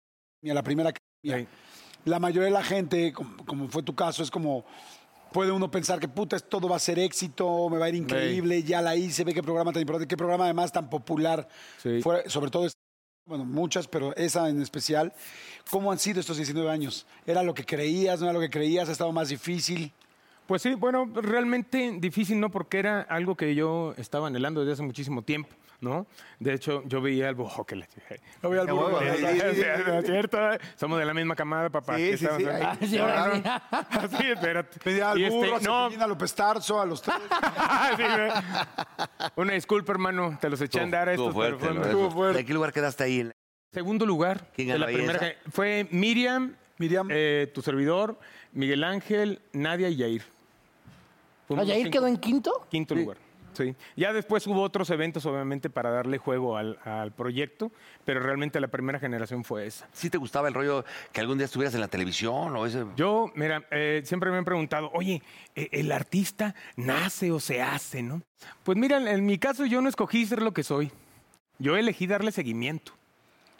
Speaker 5: la primera
Speaker 7: Sí.
Speaker 5: academia, la mayoría de la gente, como, como fue tu caso, es como. Puede uno pensar que puta, es- todo va a ser éxito, me va a ir increíble, ya la hice, ve qué programa tan importante, qué programa además tan popular. Fue, sobre todo, es- bueno, muchas, pero esa en especial. ¿Cómo han sido estos 19 años? ¿Era lo que creías, no era lo que creías? ¿Ha estado más difícil?
Speaker 7: Pues sí, bueno, realmente difícil, ¿no? Porque era algo que yo estaba anhelando desde hace muchísimo tiempo, ¿no? De hecho, yo veía al burro que le Yo veía al
Speaker 3: huevo,
Speaker 7: burro. que
Speaker 3: sí, sí, sí.
Speaker 7: ¿Cierto? ¿eh? Somos de la misma camada, papá.
Speaker 3: Sí,
Speaker 7: ¿Qué
Speaker 3: sí,
Speaker 7: estabas
Speaker 3: sí.
Speaker 7: hablando?
Speaker 3: ahí-
Speaker 4: Sí, ahora mira.
Speaker 7: Ah, Sí, espérate.
Speaker 5: Pedía al
Speaker 7: Y este,
Speaker 5: burro, a
Speaker 7: no,
Speaker 5: Cepillín, a López Tarso, a los tres.
Speaker 7: sí, güey. Una disculpa, hermano. Te los eché a andar a
Speaker 2: Estuvo
Speaker 7: estos, pero
Speaker 2: fuerte,
Speaker 7: fue-
Speaker 2: ¿no?
Speaker 7: estuvo
Speaker 2: Eso.
Speaker 7: fuerte.
Speaker 2: ¿De qué lugar quedaste ahí? en-
Speaker 7: Segundo lugar
Speaker 2: ¿Quién
Speaker 7: de
Speaker 2: ganó
Speaker 7: la
Speaker 2: ahí
Speaker 7: primera
Speaker 2: esa?
Speaker 7: que- fue Miriam,
Speaker 5: Miriam.
Speaker 7: eh, tu servidor, Miguel Ángel, Nadia y Yair.
Speaker 4: Ah,
Speaker 7: Fuimos los
Speaker 4: ¿Yair
Speaker 7: cinco.
Speaker 4: quedó en quinto?
Speaker 7: Quinto lugar. Sí. Ya después hubo otros eventos, obviamente, para darle juego al, al proyecto, pero realmente la primera generación fue esa.
Speaker 2: ¿Sí te gustaba el rollo que algún día estuvieras en la televisión o ese?
Speaker 7: Yo, mira, eh, siempre me han preguntado, oye, eh, ¿el artista nace o se hace, no? Pues mira, en- en mi caso yo no escogí ser lo que soy. Yo elegí darle seguimiento.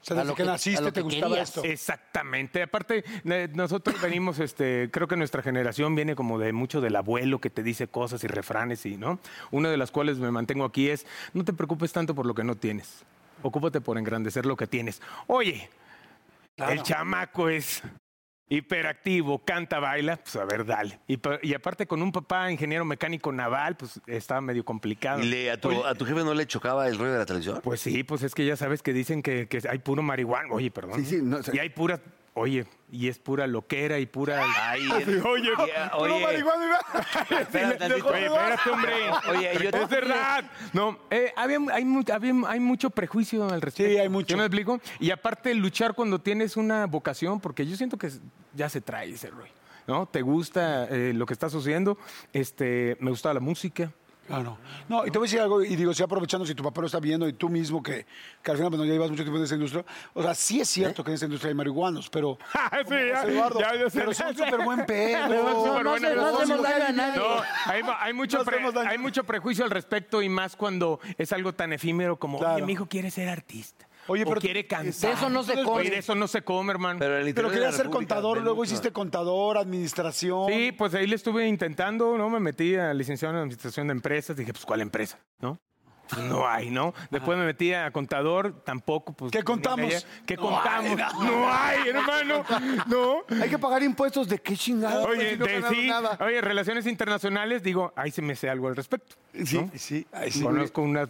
Speaker 5: O sea,
Speaker 4: A
Speaker 5: desde
Speaker 4: lo
Speaker 5: que,
Speaker 4: que- a
Speaker 5: naciste
Speaker 4: lo
Speaker 5: te
Speaker 4: que
Speaker 5: gustaba
Speaker 4: querías.
Speaker 5: esto.
Speaker 7: Exactamente. Aparte, eh, nosotros venimos, este, creo que nuestra generación viene como de mucho del abuelo que te dice cosas y refranes y, ¿no? Una de las cuales me mantengo aquí es, no te preocupes tanto por lo que no tienes. Ocúpate por engrandecer lo que tienes. Oye, el chamaco es hiperactivo, canta, baila, pues a ver, dale. Y, pa- y aparte con un papá ingeniero mecánico naval, pues estaba medio complicado.
Speaker 2: ¿Y le- a, tu, a tu jefe no le chocaba el rollo de la televisión?
Speaker 7: Pues sí, pues es que ya sabes que dicen que, que hay puro marihuana. Oye, perdón.
Speaker 3: Sí, sí, no, o sea-
Speaker 7: Y hay pura, oye, y es pura loquera y pura.
Speaker 2: Ay,
Speaker 7: oye, oye,
Speaker 2: oye. Espérate tantito.
Speaker 7: Oye, espérate, hombre.
Speaker 2: Oye, yo
Speaker 7: Es verdad. No, eh, había- hay, mu- había- hay mucho prejuicio al respecto.
Speaker 5: Sí, hay mucho.
Speaker 7: ¿Sí me explico? Y aparte, luchar cuando tienes una vocación, porque yo siento que es- ya se trae ese rollo. ¿No? ¿Te gusta eh, lo que está sucediendo? Este, me gusta la música.
Speaker 5: Claro. No, y te voy a decir algo, y digo, sí, aprovechando, si tu papá lo está viendo y tú mismo, que, que al final pues, no, ya llevas mucho tiempo en esta industria, o sea, sí es cierto que en esta industria hay marihuanos, pero.
Speaker 7: Ah, Sí,
Speaker 5: como
Speaker 7: ya,
Speaker 5: José Eduardo,
Speaker 7: ya, ya sé.
Speaker 5: pero son súper buen pedo.
Speaker 7: Pero son
Speaker 4: No,
Speaker 7: súper
Speaker 4: no,
Speaker 7: buena
Speaker 4: se- no
Speaker 7: persona.
Speaker 4: hacemos daño a nadie.
Speaker 7: No, hay, mu- hay mucho
Speaker 5: No
Speaker 7: pre-
Speaker 5: hacemos daño.
Speaker 7: hay mucho prejuicio al respecto y más cuando es algo tan efímero como, oye,
Speaker 5: Claro.
Speaker 7: mi hijo quiere ser artista.
Speaker 5: Oye,
Speaker 7: o
Speaker 5: pero-
Speaker 7: quiere cantar.
Speaker 4: De eso no se
Speaker 7: Oye,
Speaker 4: come.
Speaker 7: de eso no se come, hermano.
Speaker 2: Pero, en el
Speaker 5: Pero
Speaker 2: interior de la
Speaker 5: querías ser
Speaker 2: República
Speaker 5: contador,
Speaker 2: ven
Speaker 5: luego
Speaker 2: mucho.
Speaker 5: hiciste contador, administración.
Speaker 7: Sí, pues ahí le estuve intentando, ¿no? Me metí a licenciado en Administración de Empresas. Dije, pues, ¿cuál empresa? ¿No? Pues, No hay, ¿no? Después me metí a contador, tampoco. Pues,
Speaker 5: ¿Qué
Speaker 7: tenía
Speaker 5: contamos?
Speaker 7: idea. ¿Qué contamos? no hay, hermano. No.
Speaker 3: Hay que pagar impuestos de qué chingado. Pues,
Speaker 7: Oye,
Speaker 3: si no
Speaker 7: de-
Speaker 3: ganaron
Speaker 7: sí,
Speaker 3: nada.
Speaker 7: oye, relaciones internacionales, digo, ahí se me sé algo al respecto.
Speaker 5: Sí,
Speaker 7: ¿no?
Speaker 5: sí, ay, sí.
Speaker 7: Conozco unas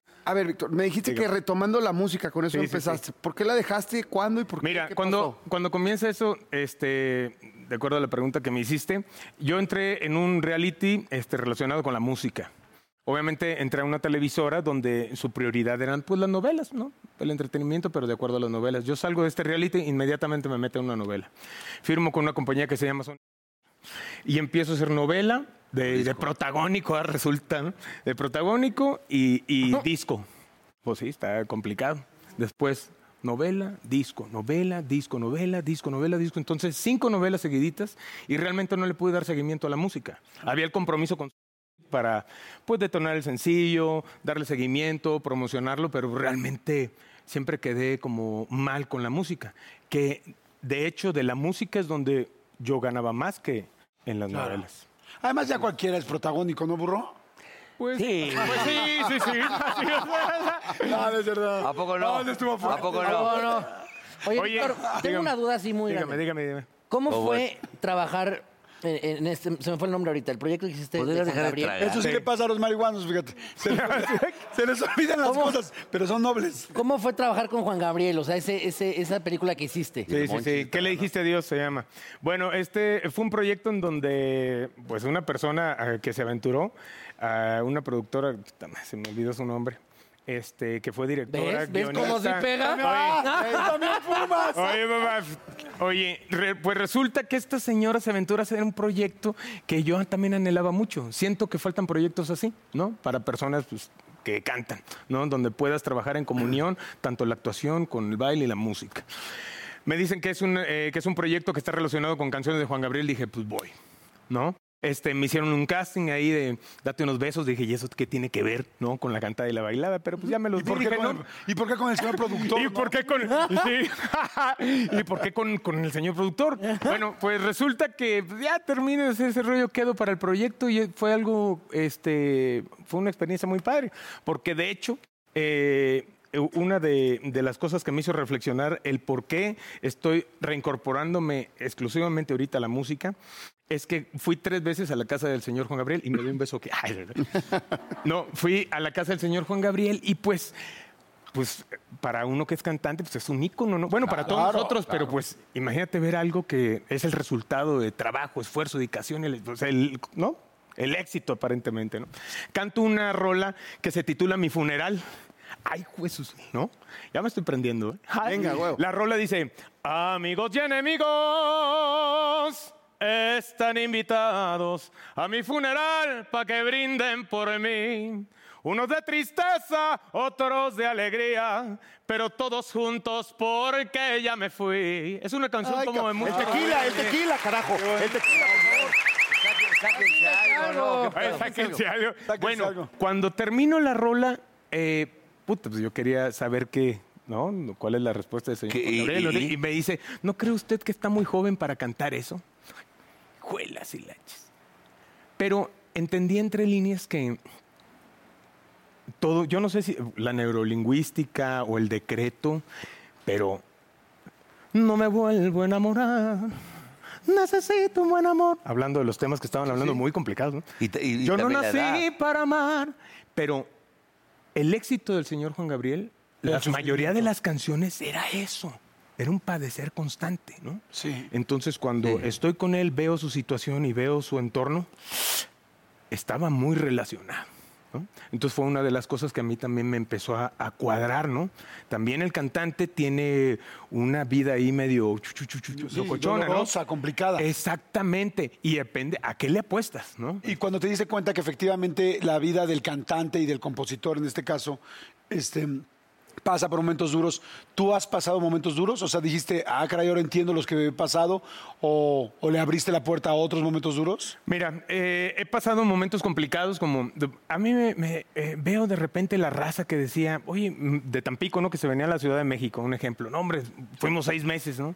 Speaker 3: A ver, Víctor, me dijiste que retomando la música, con eso
Speaker 7: Sí, sí,
Speaker 3: empezaste. ¿Por qué la dejaste? ¿Cuándo y por qué?
Speaker 7: Mira,
Speaker 3: ¿Qué
Speaker 7: cuando,
Speaker 3: pasó?
Speaker 7: cuando comienza eso, este, de acuerdo a la pregunta que me hiciste, yo entré en un reality este, relacionado con la música. Obviamente entré a una televisora donde su prioridad eran pues, las novelas, ¿no? El entretenimiento, pero de acuerdo a las novelas. Yo salgo de este reality, inmediatamente me meto en una novela. Firmo con una compañía que se llama Sony y empiezo a hacer novela de, de protagónico, ah, resulta, ¿no? De protagónico y, y disco. Pues sí, está complicado. Después, novela, disco, novela, disco, novela, disco, novela, disco. Entonces, cinco novelas seguiditas y realmente no le pude dar seguimiento a la música. Había el compromiso con para pues detonar el sencillo, darle seguimiento, promocionarlo, pero realmente siempre quedé como mal con la música, que de hecho de la música es donde yo ganaba más que en las novelas.
Speaker 5: Además, ya cualquiera es protagónico, ¿no, burro?
Speaker 7: Pues sí, pues sí, sí, sí.
Speaker 5: Ah, No, no es verdad. Ah,
Speaker 2: ¿A poco no?
Speaker 5: No, no estuvo
Speaker 2: ¿A
Speaker 5: fuerte.
Speaker 2: poco
Speaker 4: No,
Speaker 2: no?
Speaker 4: no. Oye,
Speaker 7: Oye,
Speaker 4: Víctor, tengo
Speaker 7: dígame.
Speaker 4: una duda así muy
Speaker 7: dígame,
Speaker 4: grande.
Speaker 7: dígame, dígame.
Speaker 4: ¿Cómo fue trabajar en, en este, se me fue el nombre ahorita, el proyecto que hiciste de
Speaker 2: ¿Podrías
Speaker 4: San
Speaker 2: dejar de
Speaker 4: Gabriel?
Speaker 2: tragar?
Speaker 5: Eso sí, le pasa a los marihuanos, fíjate. Se les, se les olvidan las
Speaker 4: ¿Cómo?
Speaker 5: cosas, pero son nobles.
Speaker 4: ¿Cómo fue trabajar con Juan Gabriel? O sea, ese, ese- esa película que hiciste.
Speaker 7: Sí, sí, sí. ¿Qué le dijiste a Dios? Se llama. Bueno, este fue un proyecto en donde, pues, una persona eh, que se aventuró, a una productora, puta madre, se me olvidó su nombre, este, que fue directora.
Speaker 4: ¿Ves? ¿Ves cómo
Speaker 7: guionista.
Speaker 4: sí pega?
Speaker 7: Oye, eh,
Speaker 5: ¡También fumas!
Speaker 7: Oye, papá, oye, re- pues resulta que esta señora se aventura a hacer un proyecto que yo también anhelaba mucho. Siento que faltan proyectos así, ¿no? Para personas pues, que cantan, ¿no? Donde puedas trabajar en comunión, tanto la actuación con el baile y la música. Me dicen que es un, eh, que es un proyecto que está relacionado con canciones de Juan Gabriel. Dije, pues voy, ¿no? Este, me hicieron un casting ahí de date unos besos. Dije, ¿y eso qué tiene que ver, no? Con la cantada y la bailada, pero pues ya me los
Speaker 5: ¿Y por,
Speaker 7: di,
Speaker 5: qué
Speaker 7: dije,
Speaker 5: con
Speaker 7: no.
Speaker 5: el, ¿Y por qué con el señor productor?
Speaker 7: ¿Y
Speaker 5: no?
Speaker 7: por qué con, sí. ¿Y por qué con, con el señor productor? Bueno, pues resulta que ya termino de hacer ese rollo, quedo para el proyecto y fue algo, este, fue una experiencia muy padre, porque de hecho, eh, una de, de las cosas que me hizo reflexionar el por qué estoy reincorporándome exclusivamente ahorita a la música es que fui tres veces a la casa del señor Juan Gabriel y me dio un beso que... Ay, no, fui a la casa del señor Juan Gabriel y pues pues para uno que es cantante, pues es un ícono, ¿no? Bueno, para todos
Speaker 5: Claro,
Speaker 7: nosotros, pero pues imagínate ver algo que es el resultado de trabajo, esfuerzo, dedicación, el, o sea, el- ¿no? El éxito aparentemente, ¿no? Canto una rola que se titula Mi funeral. Ay, Jesús, ¿no? Ya me estoy prendiendo. ¿eh? Ay.
Speaker 3: Venga, huevo.
Speaker 7: La rola dice, amigos y enemigos están invitados a mi funeral para que brinden por mí. Unos de tristeza, otros de alegría, pero todos juntos porque ya me fui. Es una canción
Speaker 3: Ay,
Speaker 7: como de
Speaker 3: ca- el
Speaker 7: mucho...
Speaker 3: tequila, el tequila, carajo. El tequila.
Speaker 2: Sáquense algo, ¿no? ¿Qué
Speaker 7: Ay,
Speaker 2: pedo?
Speaker 7: eh, sáquense algo.
Speaker 5: Sáquense
Speaker 7: Bueno,
Speaker 5: algo.
Speaker 7: cuando termino la rola, eh, puta, pues yo quería saber qué, ¿no? ¿Cuál es la respuesta del señor?
Speaker 2: ¿Qué?
Speaker 7: Juan Gabriel?
Speaker 2: ¿Y- y-
Speaker 7: Y, me dice, ¿no cree usted que está muy joven para cantar eso? Juelas y laches. Pero entendí entre líneas que todo, yo no sé si la neurolingüística o el decreto, pero no me vuelvo a enamorar. Necesito un buen amor. Hablando de los temas que estaban hablando muy complicados, ¿no?
Speaker 2: Y te- y- y
Speaker 7: Yo no
Speaker 2: también la
Speaker 7: nací
Speaker 2: edad.
Speaker 7: para amar. Pero el éxito del señor Juan Gabriel, la mayoría de las canciones era eso. Era un padecer constante, ¿no?
Speaker 5: Sí.
Speaker 7: Entonces, cuando estoy con él, veo su situación y veo su entorno, estaba muy relacionado. ¿no? Entonces fue una de las cosas que a mí también me empezó a, a cuadrar, ¿no? También el cantante tiene una vida ahí medio chu, chu, chu, chu, chu,
Speaker 5: Sí,
Speaker 7: locochona, ¿no?
Speaker 5: dolorosa, complicada.
Speaker 7: Exactamente. Y depende a qué le apuestas, ¿no?
Speaker 5: Y cuando te diste cuenta que efectivamente la vida del cantante y del compositor, en este caso, este, pasa por momentos duros, ¿tú has pasado momentos duros? O sea, dijiste, ah, caray, ahora entiendo los que he pasado, o, o le abriste la puerta a otros momentos duros.
Speaker 7: Mira, eh, he pasado momentos complicados como... de- a mí me, me, eh, veo de repente la raza que decía, oye, mm, de Tampico, ¿no? Que se venía a la Ciudad de México, un ejemplo. No, hombre, fuimos seis meses, ¿no?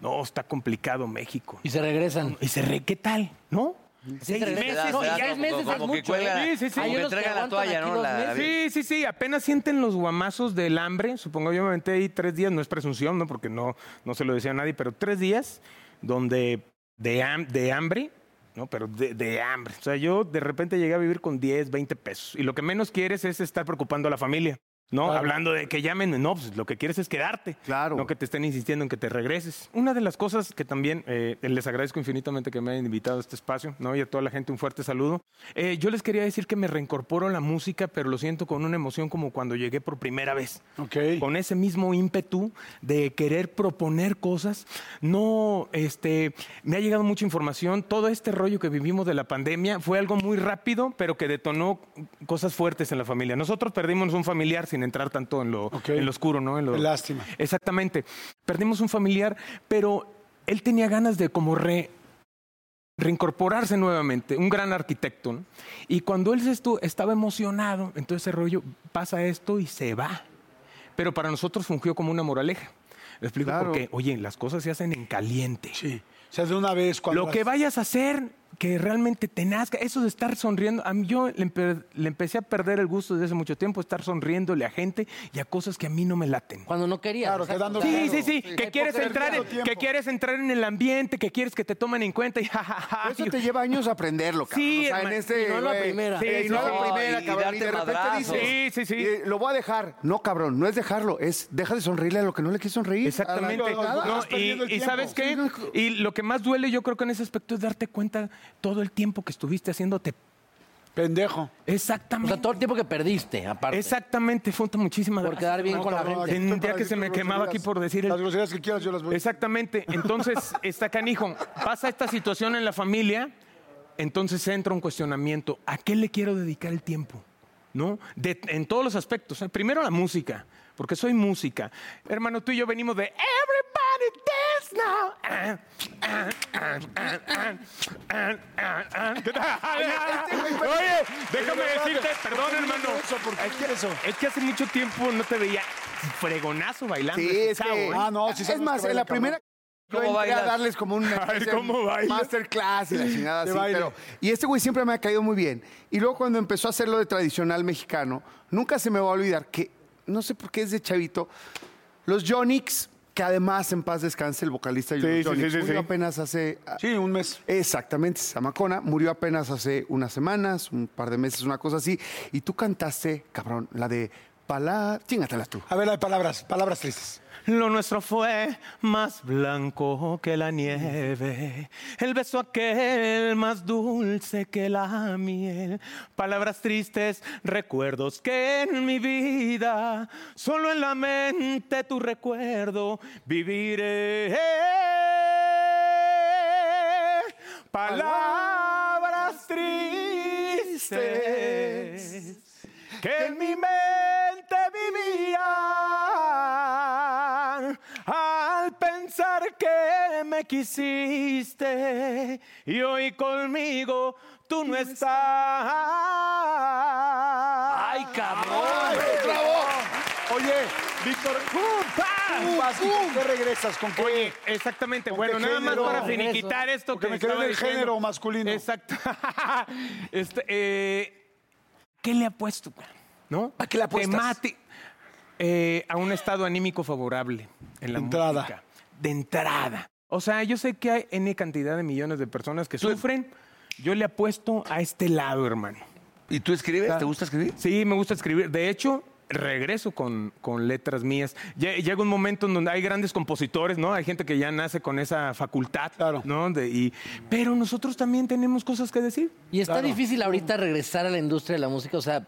Speaker 7: No, está complicado México.
Speaker 4: Y se regresan.
Speaker 7: Y se re, ¿qué tal? ¿No?
Speaker 4: Sí,
Speaker 7: Seis
Speaker 4: se
Speaker 7: meses.
Speaker 4: regresa. y
Speaker 7: no, y
Speaker 2: Como-
Speaker 7: ya
Speaker 4: seis
Speaker 7: es-
Speaker 4: meses
Speaker 2: como
Speaker 4: es
Speaker 2: que
Speaker 4: mucho,
Speaker 2: cuelga-
Speaker 4: ¿eh? Sí, sí, sí.
Speaker 2: como
Speaker 4: Hay
Speaker 2: que
Speaker 4: unos que
Speaker 2: entregan la
Speaker 4: aguantan
Speaker 2: toalla,
Speaker 4: aquí
Speaker 2: ¿no?
Speaker 4: dos
Speaker 2: La-
Speaker 4: meses.
Speaker 7: Sí, sí, sí, apenas sienten los guamazos del hambre. Supongo yo me aventé ahí tres días, no es presunción, ¿no? Porque no, no se lo decía a nadie, pero tres días donde de, ham- de hambre, ¿no? Pero de, de hambre. O sea, yo de repente llegué a vivir con 10, 20 pesos. Y lo que menos quieres es estar preocupando a la familia, ¿no? Hablando de que llamen, no, pues lo que quieres es quedarte.
Speaker 3: Claro.
Speaker 7: No que te estén insistiendo en que te regreses. Una de las cosas que también eh, les agradezco infinitamente que me hayan invitado a este espacio, ¿no? Y a toda la gente un fuerte saludo. Eh, yo les quería decir que me reincorporo a la música, pero lo siento con una emoción como cuando llegué por primera vez
Speaker 5: Ok.
Speaker 7: con ese mismo ímpetu de querer proponer cosas. No, este, me ha llegado mucha información. Todo este rollo que vivimos de la pandemia fue algo muy rápido, pero que detonó cosas fuertes en la familia. Nosotros perdimos un familiar sin entrar tanto en lo,
Speaker 5: Ok.
Speaker 7: en lo oscuro, ¿no? En lo-
Speaker 5: Lástima.
Speaker 7: Exactamente. Perdimos un familiar, pero él tenía ganas de como re- reincorporarse nuevamente, un gran arquitecto. ¿no? Y cuando él se estu- estaba emocionado, entonces ese rollo pasa esto y se va. Pero para nosotros fungió como una moraleja. ¿Me explico
Speaker 3: Claro.
Speaker 7: porque, oye, las cosas se hacen en caliente.
Speaker 5: Sí. O sea, de una vez cuando...
Speaker 7: Lo
Speaker 5: las-
Speaker 7: que vayas a hacer, que realmente te nazca, eso de estar sonriendo, a mí yo le, empe- le empecé a perder el gusto desde hace mucho tiempo, estar sonriéndole a gente y a cosas que a mí no me laten.
Speaker 4: Cuando no querías.
Speaker 5: Claro,
Speaker 4: exacto.
Speaker 5: quedando-
Speaker 7: Sí,
Speaker 5: Claro.
Speaker 7: sí, sí,
Speaker 5: Sí.
Speaker 7: que quieres entrar,
Speaker 5: Porque
Speaker 7: en,
Speaker 5: perdiendo
Speaker 7: que
Speaker 5: tiempo.
Speaker 7: quieres entrar en el ambiente, que quieres que te tomen en cuenta y jajaja.
Speaker 3: Eso te lleva años aprenderlo, cabrón.
Speaker 7: Sí,
Speaker 3: o sea, en
Speaker 7: hermano,
Speaker 3: este,
Speaker 4: y no a la
Speaker 3: güey,
Speaker 4: primera.
Speaker 3: sí,
Speaker 7: Sí,
Speaker 3: y no a
Speaker 7: sí,
Speaker 3: la
Speaker 7: sí.
Speaker 3: primera,
Speaker 2: Y
Speaker 3: cabrón.
Speaker 2: darte
Speaker 3: Y de repente
Speaker 2: madrazos.
Speaker 3: dices,
Speaker 7: Sí, sí, sí.
Speaker 3: eh, lo voy a dejar. No, cabrón, no es dejarlo, es deja de sonreírle a lo que no le quieres sonreír.
Speaker 7: Exactamente.
Speaker 3: A la chingada.
Speaker 7: No,
Speaker 5: Estás perdiendo el
Speaker 7: y, y
Speaker 5: tiempo.
Speaker 7: sabes qué? Y lo que más duele yo creo que en ese aspecto es darte cuenta todo el tiempo que estuviste haciéndote
Speaker 5: Pendejo.
Speaker 4: O
Speaker 7: Exactamente.
Speaker 4: sea, todo el tiempo que perdiste, aparte.
Speaker 7: Exactamente, Fonta, muchísimas
Speaker 4: Por quedar bien con la
Speaker 7: cabrón,
Speaker 4: gente.
Speaker 7: Sentía
Speaker 5: Tú para
Speaker 7: que se
Speaker 5: decir
Speaker 7: me
Speaker 5: groserías.
Speaker 7: quemaba aquí por decir el-
Speaker 5: Las groserías que quieras yo las voy a
Speaker 7: Exactamente. Entonces, está canijo. Pasa esta situación en la familia, entonces entra un cuestionamiento. ¿A qué le quiero dedicar el tiempo? ¿No? De- en todos los aspectos. ¿eh? Primero la música, porque soy música. Hermano, tú y yo venimos de Everybody Dance Now. Ah, ah, ah, ah, ah, ah, ah. ¿Qué tal? Oye, déjame decirte, perdón, hermano.
Speaker 5: Eso, ¿Por qué dije eso?
Speaker 7: Es que hace mucho tiempo no te veía fregonazo bailando.
Speaker 3: Sí,
Speaker 7: este
Speaker 3: es
Speaker 7: chavo,
Speaker 3: que.
Speaker 7: ¿eh?
Speaker 5: Ah, no, sí
Speaker 3: Es
Speaker 5: sabemos
Speaker 3: más, en
Speaker 5: que baila,
Speaker 3: la primera. Yo
Speaker 2: ¿Cómo
Speaker 3: entré a
Speaker 2: bailas?
Speaker 3: darles como una especie de
Speaker 7: ¿cómo bailas?
Speaker 3: masterclass y la chingada
Speaker 5: De
Speaker 3: así,
Speaker 5: baile.
Speaker 3: pero- y este güey siempre me ha caído muy bien. Y luego cuando empezó a hacer lo de tradicional mexicano, nunca se me va a olvidar que, no sé por qué es de chavito, los Jonix, que además en paz descanse el vocalista de
Speaker 5: Sí,
Speaker 3: los
Speaker 5: sí,
Speaker 3: Jonix,
Speaker 5: sí, sí,
Speaker 3: murió
Speaker 5: sí.
Speaker 3: apenas hace... ah,
Speaker 5: Sí, un mes.
Speaker 3: Exactamente, Samacona murió apenas hace unas semanas, un par de meses, una cosa así. Y tú cantaste, cabrón, la de... Palá, chingatelas tú.
Speaker 5: A ver, hay palabras, palabras tristes.
Speaker 7: Lo nuestro fue más blanco que la nieve, el beso aquel más dulce que la miel, palabras tristes, recuerdos que en mi vida, solo en la mente tu recuerdo viviré. Palabras tristes que en mi mente vivían al pensar que me quisiste y hoy conmigo tú no estás. ¡Ay,
Speaker 5: ¡Ay, bravo! ¡Oh! Oye, Víctor, tú vas y ¿con qué regresas? ¿Con qué?
Speaker 7: Oye, exactamente.
Speaker 5: ¿Con
Speaker 7: Bueno,
Speaker 5: qué
Speaker 7: nada más
Speaker 5: género?
Speaker 7: para finiquitar esto
Speaker 5: Porque
Speaker 7: que
Speaker 5: me quedé
Speaker 7: estaba
Speaker 5: en el
Speaker 7: diciendo.
Speaker 5: género masculino.
Speaker 7: Exacto. Este, eh, ¿Qué le ha puesto, güey? ¿No?
Speaker 5: ¿A qué le apuestas?
Speaker 7: Que mate eh, a un estado anímico favorable en la
Speaker 5: Entrada.
Speaker 7: música. De entrada. O sea, yo sé que hay N cantidad de millones de personas que sufren. Yo le apuesto a este lado, hermano.
Speaker 2: ¿Y tú escribes? ¿Te gusta escribir?
Speaker 7: Sí, me gusta escribir. De hecho, regreso con, con letras mías. Lle- Llega un momento en donde hay grandes compositores, ¿no? Hay gente que ya nace con esa facultad,
Speaker 5: Claro.
Speaker 7: ¿no? De- y, pero nosotros también tenemos cosas que decir.
Speaker 4: Y está difícil ahorita regresar a la industria de la música. O sea,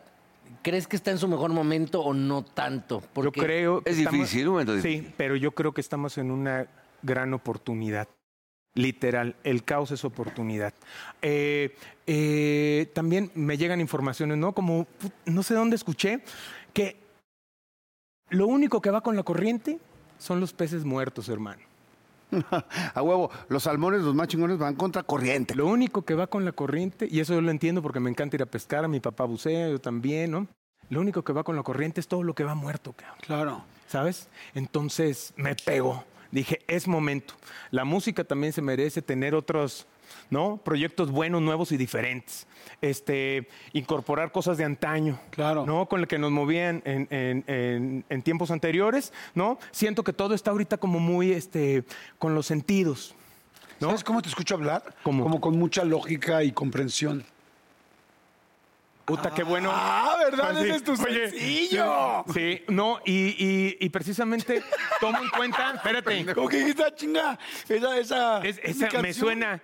Speaker 4: ¿crees que está en su mejor momento o no tanto? Porque
Speaker 7: Yo creo... que
Speaker 2: Es difícil, un momento difícil.
Speaker 7: Sí, pero yo creo que estamos en una gran oportunidad. Literal, el caos es oportunidad. Eh, eh, también me llegan informaciones, ¿no? Como, put- no sé dónde escuché, que lo único que va con la corriente son los peces muertos, hermano.
Speaker 3: A huevo, los salmones, los más chingones van contra corriente.
Speaker 7: Lo único que va con la corriente, y eso yo lo entiendo porque me encanta ir a pescar, a mi papá bucea, yo también, ¿no? Lo único que va con la corriente es todo lo que va muerto, cabrón.
Speaker 5: Claro.
Speaker 7: ¿sabes? Entonces me pegó. Dije, es momento. La música también se merece tener otros, ¿no? Proyectos buenos, nuevos y diferentes. Este, incorporar cosas de antaño.
Speaker 5: Claro.
Speaker 7: ¿No? Con el que nos movían en, en- en- en tiempos anteriores, ¿no? Siento que todo está ahorita como muy, este, con los sentidos.
Speaker 5: ¿Sabes cómo te escucho hablar?
Speaker 7: ¿Cómo?
Speaker 5: Como con mucha lógica y comprensión.
Speaker 7: Puta, qué bueno.
Speaker 5: Ah, ¿verdad?
Speaker 7: Así.
Speaker 5: Ese es tu
Speaker 7: Oye,
Speaker 5: sencillo.
Speaker 7: Sí, no, y, y- y precisamente tomo en cuenta, espérate,
Speaker 5: Como que esa chinga, esa, esa.
Speaker 7: es-
Speaker 5: es mi
Speaker 7: esa me
Speaker 5: canción,
Speaker 7: suena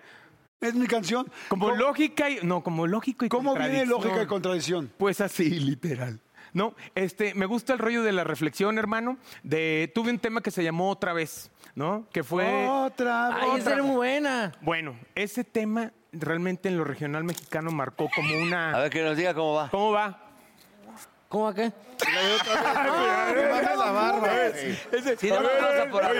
Speaker 5: Es mi canción.
Speaker 7: como
Speaker 5: ¿Cómo-
Speaker 7: lógica y no, como lógico y
Speaker 5: ¿Cómo viene
Speaker 7: contradicción.
Speaker 5: lógica y contradicción?
Speaker 7: Pues así, literal. No, este, me gusta el rollo de la reflexión, hermano. De tuve un tema que se llamó otra vez, ¿no? Que fue
Speaker 5: Otra vez.
Speaker 4: Ay, esa era muy buena.
Speaker 7: bueno, ese tema realmente en lo regional mexicano marcó como
Speaker 2: A
Speaker 7: una
Speaker 2: ver que nos diga cómo va.
Speaker 7: ¿Cómo va?
Speaker 4: ¿Cómo acá?
Speaker 2: Sí, no, no, o sea, por hablar,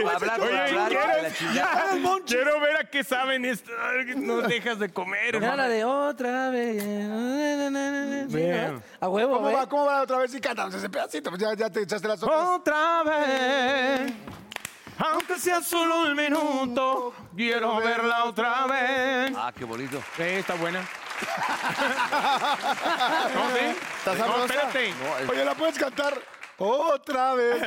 Speaker 2: por
Speaker 7: Oye,
Speaker 2: hablar,
Speaker 7: ¿quieres?
Speaker 2: la chingada.
Speaker 7: Quiero ver a qué saben esto. Ay, No dejas de comer.
Speaker 4: Era la
Speaker 7: hermano.
Speaker 4: de otra vez. na, na, na, na, sí,
Speaker 7: Bien.
Speaker 4: ¿no? A huevo,
Speaker 5: ¿Cómo
Speaker 4: ¿eh?
Speaker 5: va? ¿Cómo va otra vez? Y cantamos ese pedacito. Pues ya, ya te echaste las otras.
Speaker 7: Otra vez. Aunque sea solo un minuto, quiero verla otra vez.
Speaker 2: Ah, qué bonito.
Speaker 7: Sí, está buena. ¿No, sí?
Speaker 3: ¿Está
Speaker 7: No,
Speaker 3: sabrosa?
Speaker 7: espérate.
Speaker 5: Oye, ¿la puedes cantar? Otra vez.
Speaker 7: ¿Puedes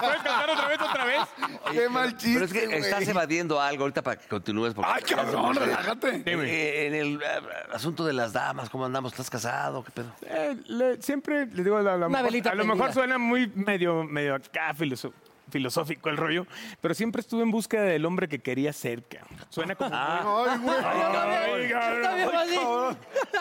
Speaker 7: puedes cantar otra vez, otra vez?
Speaker 3: Qué mal chiste.
Speaker 2: Pero es que
Speaker 3: güey.
Speaker 2: estás evadiendo algo ahorita para que continúes. Porque
Speaker 5: Ay, cabrón, relájate.
Speaker 7: Dime.
Speaker 2: Eh, en el eh, asunto de las damas, ¿cómo andamos? ¿Estás casado? ¿Qué pedo?
Speaker 7: Eh, le- siempre le digo, a, la- a lo
Speaker 4: Una
Speaker 7: mejor,
Speaker 4: velita
Speaker 7: a lo
Speaker 4: prendida.
Speaker 7: mejor suena muy medio, medio acá filoso- filosófico el rollo, pero siempre estuve en búsqueda del hombre que quería ser. cabrón. Suena como...
Speaker 3: Ah. Ay, güey.
Speaker 7: Ay, cabrón.
Speaker 4: Está bien fácil.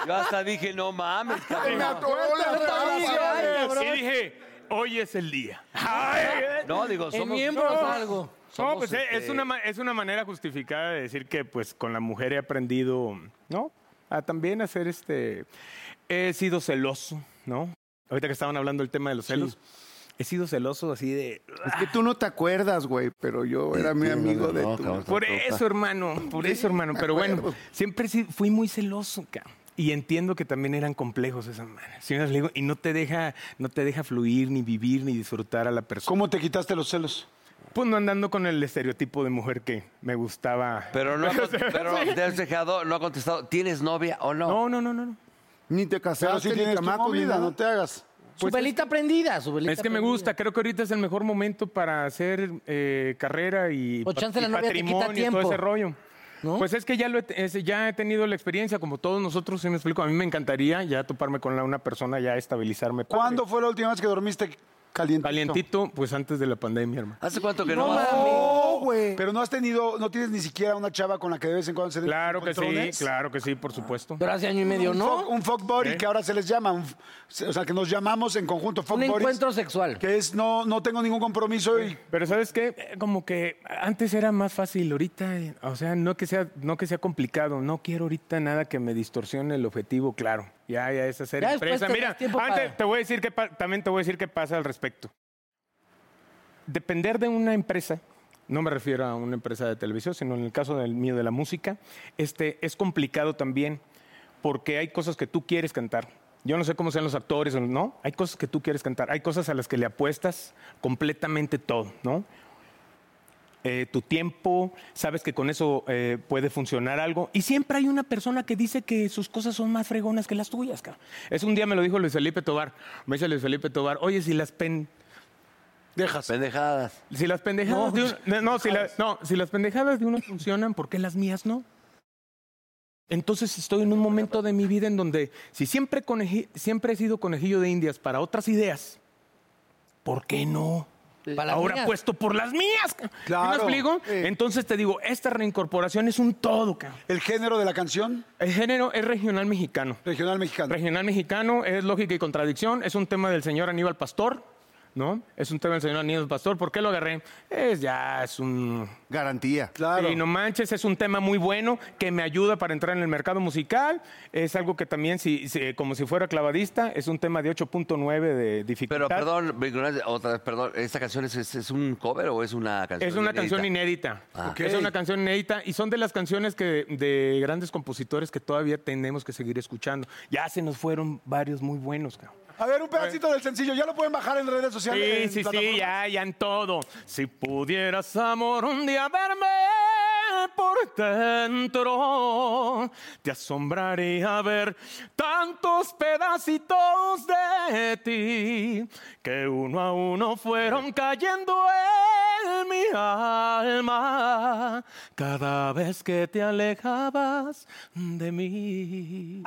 Speaker 2: Yo hasta dije, no mames,
Speaker 3: Me
Speaker 2: cabrón.
Speaker 3: atoró la
Speaker 4: bien,
Speaker 3: raza.
Speaker 4: ay, cabrón.
Speaker 7: Y dije, hoy es el día. Ay,
Speaker 2: No, digo,
Speaker 4: El
Speaker 2: somos...
Speaker 4: miembro
Speaker 7: no.
Speaker 4: o algo.
Speaker 7: No,
Speaker 2: Somos,
Speaker 7: pues eh, es,
Speaker 2: este-
Speaker 7: una, ma- es una manera justificada de decir que pues con la mujer he aprendido, ¿no? A también hacer este... He sido celoso, ¿no? Ahorita que estaban hablando del tema de los celos. He sido celoso así de... "Ah,
Speaker 3: Es que tú no te acuerdas, güey, pero yo era mi amigo de
Speaker 2: No,
Speaker 3: tu...
Speaker 2: cabrón,
Speaker 7: Por
Speaker 2: está-
Speaker 7: eso, hermano, por eso, hermano. Pero bueno, siempre sí fui muy celoso, cabrón. Y entiendo que también eran complejos esas maneras. Si le digo, y no te deja, no te deja fluir, ni vivir, ni disfrutar a la persona.
Speaker 5: ¿Cómo te quitaste los celos?
Speaker 7: Pues no andando con el estereotipo de mujer que me gustaba.
Speaker 2: Pero no ha, cont- pero te has dejado, no ha contestado. ¿Tienes novia o no?
Speaker 7: No, no, no, no. no.
Speaker 3: Ni te
Speaker 5: Pero
Speaker 3: casaste,
Speaker 5: si
Speaker 3: ni
Speaker 5: tienes tu
Speaker 3: chamaco, ni
Speaker 5: movida,
Speaker 3: nada.
Speaker 5: no te hagas.
Speaker 4: Su velita prendida, su velita
Speaker 7: Es que me
Speaker 4: prendida.
Speaker 7: gusta, creo que ahorita es el mejor momento para hacer eh, carrera y,
Speaker 4: O chance
Speaker 7: y
Speaker 4: la novia te quita
Speaker 7: patrimonio y todo
Speaker 4: tiempo.
Speaker 7: ese rollo.
Speaker 4: ¿No?
Speaker 7: Pues es que ya, lo he, te- es- ya he tenido la experiencia, como todos nosotros, si me explico, a mí me encantaría ya toparme con la- una persona, ya estabilizarme. padre.
Speaker 5: ¿Cuándo fue la última vez que dormiste calientito?
Speaker 7: Calientito, pues antes de la pandemia, hermano.
Speaker 2: ¿Hace cuánto que
Speaker 4: No
Speaker 2: no? vas?
Speaker 4: mames.
Speaker 5: No, güey. Pero no has tenido, no tienes ni siquiera una chava con la que de vez en cuando se den
Speaker 7: Claro que sí,
Speaker 5: encontrones?
Speaker 7: claro que sí, por supuesto.
Speaker 4: Pero hace año y medio,
Speaker 5: Un fuck-
Speaker 4: ¿no?
Speaker 5: Un fuck buddy que ahora se les llama. un f- o sea, que nos llamamos en conjunto fuck
Speaker 4: Un
Speaker 5: buddies,
Speaker 4: encuentro sexual.
Speaker 5: Que es no, no tengo ningún compromiso y
Speaker 7: Pero ¿sabes qué? Eh, Como que antes era más fácil, ahorita, eh, o sea, no que sea, no que sea complicado, no quiero ahorita nada que me distorsione el objetivo, claro. Ya, ya es hacer
Speaker 4: Ya después
Speaker 7: empresa.
Speaker 4: te das
Speaker 7: Mira,
Speaker 4: tiempo
Speaker 7: antes
Speaker 4: para-
Speaker 7: te voy a decir que también te voy a decir qué pasa al respecto. Depender de una empresa, no me refiero a una empresa de televisión, sino en el caso del mío de la música, este es complicado también porque hay cosas que tú quieres cantar. Yo no sé cómo sean los actores, o ¿no? Hay cosas que tú quieres cantar, hay cosas a las que le apuestas completamente todo, ¿no? eh, tu tiempo, sabes que con eso eh, puede funcionar algo. Y siempre hay una persona que dice que sus cosas son más fregonas que las tuyas. cabrón. Es un día me lo dijo Luis Felipe Tobar. Me dice Luis Felipe Tobar, oye, si las pen...
Speaker 2: Dejas. Pendejadas.
Speaker 7: Si las pendejadas de un- no, no, si la- no, si las pendejadas de uno funcionan, ¿por qué las mías no? Entonces estoy en un momento de mi vida en donde si siempre, coneji- siempre he sido conejillo de indias para otras ideas, ¿por qué no?
Speaker 4: Para las
Speaker 7: Ahora
Speaker 4: niñas.
Speaker 7: puesto por las mías. ca- ¿Sí
Speaker 5: Claro.
Speaker 7: me explico?
Speaker 5: Sí.
Speaker 7: Entonces te digo, esta reincorporación es un todo, cabrón.
Speaker 5: el género de la canción
Speaker 7: El género es regional mexicano.
Speaker 5: regional mexicana.
Speaker 7: Regional mexicano es lógica y contradicción. Es un tema del señor Aníbal Pastor, ¿no? Es un tema del señor Aníbal Pastor. ¿Por qué lo agarré? Es ya, es un.
Speaker 3: Garantía.
Speaker 5: Claro.
Speaker 7: Y no manches, es un tema muy bueno que me ayuda para entrar en el mercado musical. Es algo que también, si, si- como si fuera clavadista, es un tema de 8.9 de dificultad.
Speaker 2: Pero perdón, mi ignorancia, otra vez, perdón. ¿Esta canción es, es- es un cover o es una canción?
Speaker 7: Es una canción
Speaker 2: inédita?
Speaker 7: inédita.
Speaker 2: Ah.
Speaker 7: Es una canción inédita y son de las canciones que de grandes compositores que todavía tenemos que seguir escuchando. Ya se nos fueron varios muy buenos, cabrón.
Speaker 5: A ver, un pedacito del sencillo. Ya lo pueden bajar en redes sociales.
Speaker 7: Sí,
Speaker 5: en
Speaker 7: sí, sí,
Speaker 5: plataformas.
Speaker 7: ya, ya en todo. Si pudieras, amor, un día verme por dentro, te asombraría ver tantos pedacitos de ti que uno a uno fueron cayendo en mi mi alma cada vez que te alejabas de mí.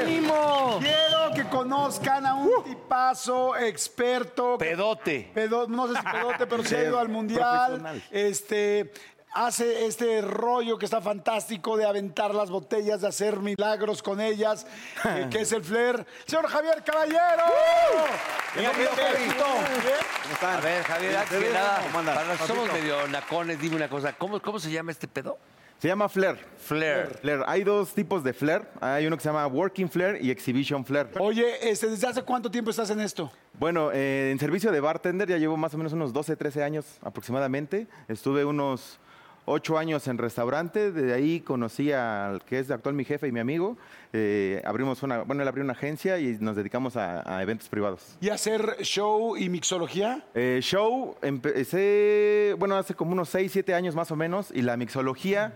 Speaker 4: ¡Ánimo!
Speaker 5: eh, Quiero que conozcan a un tipazo experto.
Speaker 2: Uh. Pedote.
Speaker 5: Pedo- no sé si pedote, pero se ha ido al mundial.
Speaker 2: Profesional.
Speaker 5: Este hace este rollo que está fantástico de aventar las botellas, de hacer milagros con ellas, eh, que es el flair. Señor Javier Caballero.
Speaker 2: ¡Uh! Bienvenido, Javi.
Speaker 5: Bien.
Speaker 2: A ver, Javier, antes que
Speaker 8: Bienvenido.
Speaker 2: nada,
Speaker 8: ¿Cómo andas,
Speaker 2: para los que somos
Speaker 8: papito?
Speaker 2: medio nacones, dime una cosa, ¿cómo, cómo se llama este pedo?
Speaker 8: Se llama flair.
Speaker 2: Flair.
Speaker 8: Flair. Hay dos tipos de flair. Hay uno que se llama working flair y exhibition flair.
Speaker 5: Oye, este, ¿desde hace cuánto tiempo estás en esto?
Speaker 8: Bueno, eh, en servicio de bartender ya llevo más o menos unos 12, 13 años aproximadamente. Estuve unos 8 años en restaurante, de ahí conocí al que es actual mi jefe y mi amigo. Eh, abrimos una, bueno, él abrió una agencia y nos dedicamos a, a eventos privados.
Speaker 5: ¿Y hacer show y mixología?
Speaker 8: Eh, show, empecé, Eh, bueno, hace como unos 6, 7 años más o menos, y la mixología,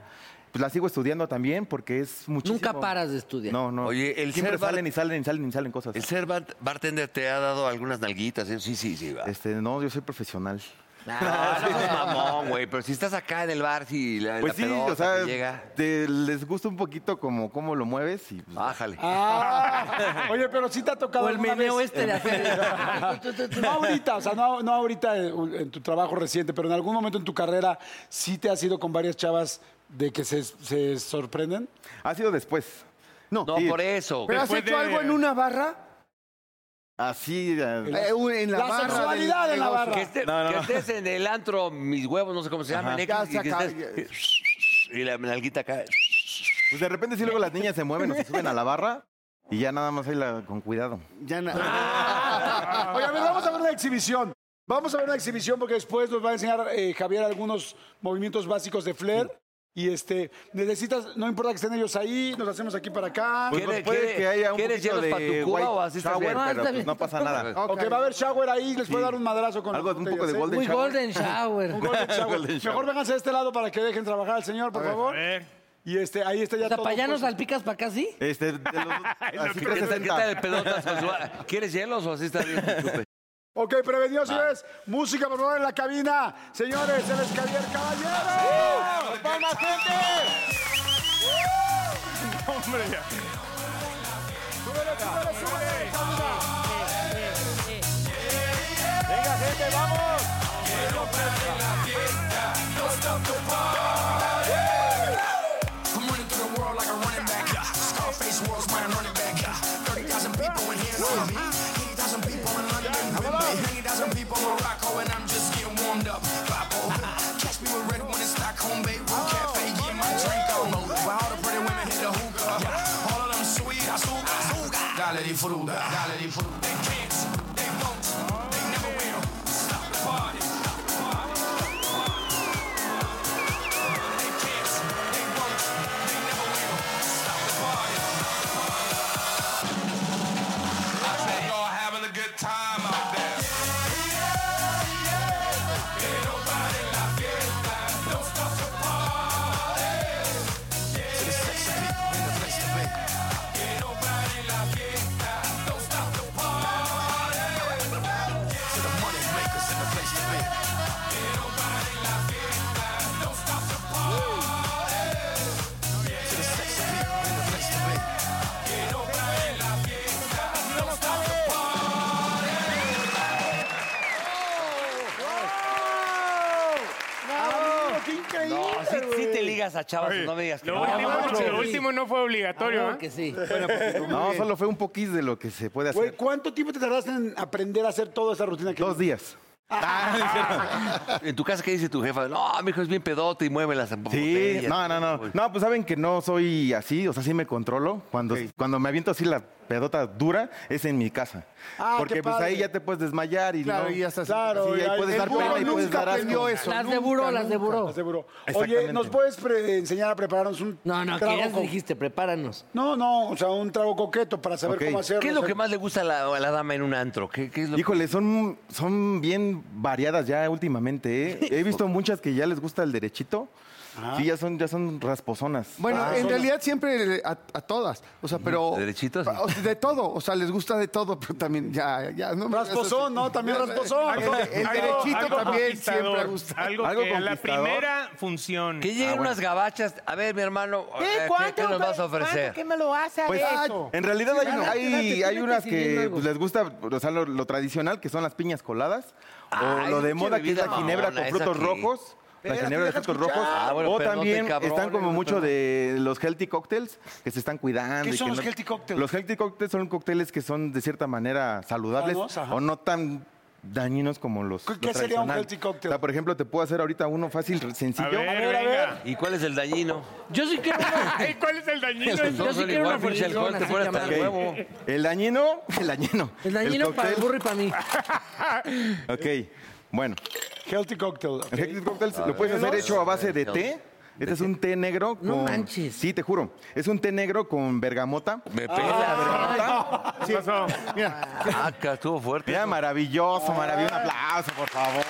Speaker 8: pues la sigo estudiando también porque es muchísimo.
Speaker 4: Nunca paras de estudiar.
Speaker 8: No, no.
Speaker 2: Oye, el
Speaker 8: Siempre
Speaker 2: ser bar-
Speaker 8: salen y salen y salen y salen cosas.
Speaker 2: El ser bar- bartender te ha dado algunas nalguitas, ¿eh? sí, sí, sí. va.
Speaker 8: Este, no, yo soy profesional.
Speaker 2: Ah, no seas mamón, güey, pero si estás acá en el bar, si la,
Speaker 8: Pues
Speaker 2: la
Speaker 8: sí,
Speaker 2: pedota
Speaker 8: o sea,
Speaker 2: te llega,
Speaker 8: te- les gusta un poquito como cómo lo mueves y pues,
Speaker 2: bájale.
Speaker 5: Ah, oye, pero sí te ha tocado.
Speaker 4: O el
Speaker 5: alguna
Speaker 4: meneo
Speaker 5: vez-
Speaker 4: este de hacer. Tu, tu, tu, tu.
Speaker 5: No ahorita, o sea, no, no ahorita eh, en tu trabajo reciente, pero en algún momento en tu carrera sí te has ido con varias chavas de que se, se sorprenden.
Speaker 8: ha sido después.
Speaker 3: No.
Speaker 2: no,
Speaker 8: sí.
Speaker 2: por eso.
Speaker 3: ¿Pero has
Speaker 7: Después
Speaker 3: hecho
Speaker 7: de-
Speaker 3: algo en una barra?
Speaker 8: Así eh,
Speaker 3: Eh, un- en la,
Speaker 5: La
Speaker 3: barra del
Speaker 5: sexualidad en la
Speaker 3: negocio.
Speaker 5: barra.
Speaker 2: Que, esté-
Speaker 8: No, no,
Speaker 2: que
Speaker 8: no.
Speaker 2: estés en el antro, mis huevos, no sé cómo se llaman, X,
Speaker 3: Ya
Speaker 2: y, que
Speaker 3: saca-
Speaker 2: estés- y la nalguita acá.
Speaker 8: pues de repente si luego las niñas se mueven o se suben a la barra y ya nada más ahí la- con cuidado.
Speaker 3: Ya na-
Speaker 5: Oye, a ver, vamos a ver una exhibición. Vamos a ver una exhibición porque después nos va a enseñar eh, Javier algunos movimientos básicos de flair. Y este, necesitas, no importa que estén ellos ahí, nos hacemos aquí para acá.
Speaker 8: Pues,
Speaker 2: ¿Quiere-
Speaker 8: pues, puede
Speaker 2: quiere-
Speaker 8: que haya un
Speaker 2: quieres
Speaker 8: poquito
Speaker 2: hielos
Speaker 8: de
Speaker 2: pa' tu Cuba
Speaker 8: white
Speaker 2: o así estás
Speaker 8: shower,
Speaker 2: bien?
Speaker 4: Ah,
Speaker 8: pero
Speaker 4: está
Speaker 8: pues,
Speaker 4: bien.
Speaker 8: no pasa nada.
Speaker 5: Ok, va a haber shower ahí, les puede
Speaker 8: Sí.
Speaker 5: dar un madrazo con
Speaker 8: Algo
Speaker 5: las
Speaker 8: de un poco de
Speaker 5: botellas, ¿eh?
Speaker 8: golden
Speaker 4: Muy
Speaker 8: shower.
Speaker 4: golden shower.
Speaker 5: Un golden shower.
Speaker 8: Golden shower.
Speaker 5: Mejor vénganse de este lado para que dejen trabajar al señor, por favor. Y este, ahí está ya
Speaker 4: O sea,
Speaker 5: todo.
Speaker 4: para allá no
Speaker 5: puesto.
Speaker 4: salpicas, para acá sí.
Speaker 8: Este, de los, así
Speaker 2: ¿Qué tal- qué
Speaker 8: 360.
Speaker 2: tal el pedotas con su- ¿Quieres hielos o así está bien? tu chupe?
Speaker 5: Ok, prevenidos, señores. Música, por favor, en la cabina. Señores, él es Javier Caballero. ¡Vamos, gente!
Speaker 7: Hombre, ya.
Speaker 5: ¡Súbele, súbele, súbele! ¡Venga, gente, vamos! ¡Amigo, qué increíble!
Speaker 2: No, sí, sí te ligas a chavas, no me digas que
Speaker 7: Lo
Speaker 2: no. Ah,
Speaker 7: último,
Speaker 5: macho.
Speaker 7: lo último no fue obligatorio.
Speaker 4: Claro
Speaker 7: ¿eh?
Speaker 4: que sí.
Speaker 5: pues,
Speaker 8: No, solo fue un poquís de lo que se puede
Speaker 5: Güey,
Speaker 8: hacer.
Speaker 5: ¿cuánto tiempo te tardaste en aprender a hacer toda esa rutina que
Speaker 8: Dos días.
Speaker 2: En tu casa, ¿qué dice tu jefa? No, mijo, es bien pedote y mueve las
Speaker 8: Sí, no, no, no. No, pues saben que no soy así, o sea, sí me controlo. Cuando, cuando me aviento así la pedota dura, es en mi casa.
Speaker 5: Ah, qué
Speaker 8: Porque pues
Speaker 5: padre.
Speaker 8: ahí ya te puedes desmayar y
Speaker 3: Claro,
Speaker 8: no-
Speaker 3: y ya estás-
Speaker 5: Claro,
Speaker 8: sí,
Speaker 5: ya-
Speaker 8: ahí puedes
Speaker 5: el
Speaker 8: dar
Speaker 5: burro
Speaker 8: pena y puedes
Speaker 3: nunca
Speaker 8: dar asco.
Speaker 3: aprendió eso.
Speaker 4: Las
Speaker 3: nunca,
Speaker 4: de buró, las de
Speaker 3: nunca.
Speaker 4: buró.
Speaker 5: Las de buró. Oye,
Speaker 8: Exactamente.
Speaker 5: ¿nos puedes pre- enseñar a prepararnos un
Speaker 4: No, no, que
Speaker 5: trago
Speaker 4: ya
Speaker 5: co-
Speaker 4: dijiste, prepáranos.
Speaker 5: No, no, o sea, un trago coqueto para saber
Speaker 8: Ok.
Speaker 5: cómo hacerlo.
Speaker 2: ¿Qué es
Speaker 7: ¿eh?
Speaker 5: o
Speaker 2: lo
Speaker 5: sea,
Speaker 2: que más le gusta a la, a la dama en un antro? ¿Qué, qué es lo que-
Speaker 8: Híjole, son, son bien variadas ya últimamente. ¿eh? He visto muchas que ya les gusta el derechito. Sí, ya son, ya son rasposonas. Ah.
Speaker 3: Bueno, en realidad siempre le- a, a todas. O sea, pero.
Speaker 2: ¿De derechito, sí?
Speaker 3: o sea, de todo. O sea, les gusta de todo, pero también ya, ya. No,
Speaker 5: Rasposón, ¿no? También rasposón.
Speaker 3: El, el derechito también siempre gusta.
Speaker 7: Algo,
Speaker 8: Algo Ah,
Speaker 7: que a la
Speaker 8: conquistador.
Speaker 7: primera función.
Speaker 2: Que lleguen unas gabachas. A ver, mi hermano, a ver, ¿qué, qué nos vas a ofrecer?
Speaker 4: me lo hace?
Speaker 8: Pues, en realidad hay, hay- hay unas que pues, les gusta, o sea, lo, lo tradicional, que son las piñas coladas,
Speaker 2: Ay,
Speaker 8: o lo de
Speaker 2: qué
Speaker 8: moda, que es la
Speaker 2: bebida
Speaker 8: ginebra
Speaker 2: mamona,
Speaker 8: con
Speaker 2: esa
Speaker 8: frutos
Speaker 2: que-
Speaker 8: rojos. La
Speaker 5: Espérate,
Speaker 8: ginebra de
Speaker 5: deja
Speaker 8: frutos
Speaker 5: escuchar.
Speaker 8: rojos.
Speaker 2: Ah, bueno,
Speaker 8: o
Speaker 2: perdón,
Speaker 8: también
Speaker 2: te cabrón,
Speaker 8: están como
Speaker 2: perdón.
Speaker 8: mucho de los healthy cocktails que se están cuidando.
Speaker 5: ¿Qué
Speaker 8: y
Speaker 5: son
Speaker 8: que
Speaker 5: los healthy cocktails?
Speaker 8: Los healthy cocktails son cócteles que son de cierta manera saludables
Speaker 5: Sanos, ajá.
Speaker 8: o no tan dañinos como los
Speaker 5: ¿Qué-
Speaker 8: lo
Speaker 5: qué sería un
Speaker 8: tradicional.
Speaker 5: healthy
Speaker 8: O
Speaker 5: cocktail?
Speaker 8: sea, por ejemplo, te puedo hacer ahorita uno fácil,
Speaker 7: a
Speaker 8: sencillo.
Speaker 7: ver,
Speaker 5: ver, a
Speaker 7: venga.
Speaker 5: ver.
Speaker 2: ¿Y cuál es el dañino?
Speaker 4: Yo sí quiero una,
Speaker 7: Ay, ¿Cuál es el dañino?
Speaker 2: Los dos
Speaker 4: yo sí
Speaker 2: son
Speaker 4: quiero una
Speaker 2: igual, pinche alcohol,
Speaker 4: fricción
Speaker 2: te pones hasta
Speaker 8: Ok.
Speaker 2: el huevo.
Speaker 8: El dañino, el dañino.
Speaker 4: El dañino para el
Speaker 8: cóctel.
Speaker 4: burro y para mí.
Speaker 8: Ok, bueno.
Speaker 5: Healthy cocktail.
Speaker 8: El Hectic Cocktail lo puedes hacer hecho a base de té. Este es un té negro con...
Speaker 4: No manches.
Speaker 8: Sí, te juro. Es un té negro con bergamota.
Speaker 2: Me pela.
Speaker 7: ¿Qué pasó?
Speaker 2: Ah, ca- estuvo fuerte.
Speaker 8: Mira, maravilloso, maravilloso. Un aplauso, por favor.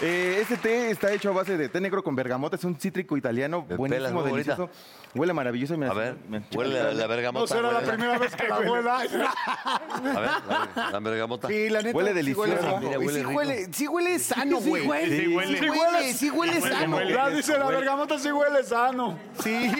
Speaker 8: Eh, este té está hecho a base de té negro con bergamota. Es un cítrico italiano
Speaker 2: Me pelas,
Speaker 8: buenísimo,
Speaker 2: muy bonita.
Speaker 8: delicioso. Huele maravilloso. Mira,
Speaker 2: A ver,
Speaker 8: mira,
Speaker 2: huele la, la
Speaker 5: No
Speaker 2: bergamota.
Speaker 5: será la
Speaker 2: huele.
Speaker 5: primera vez que la abuela.
Speaker 2: A ver,
Speaker 8: Ah.
Speaker 2: la, la bergamota.
Speaker 3: Sí, la neta. sí
Speaker 8: Huele
Speaker 3: huele
Speaker 8: delicioso.
Speaker 3: rico.
Speaker 2: Mira,
Speaker 3: Y
Speaker 2: huele
Speaker 3: sí,
Speaker 2: rico.
Speaker 3: huele, sí huele sano,
Speaker 4: Sí,
Speaker 3: güey.
Speaker 4: güey.
Speaker 7: Sí, huele.
Speaker 3: Sí huele, sí huele sano.
Speaker 7: huele.
Speaker 5: Ya dice la bergamota si huele sano.
Speaker 3: Sí.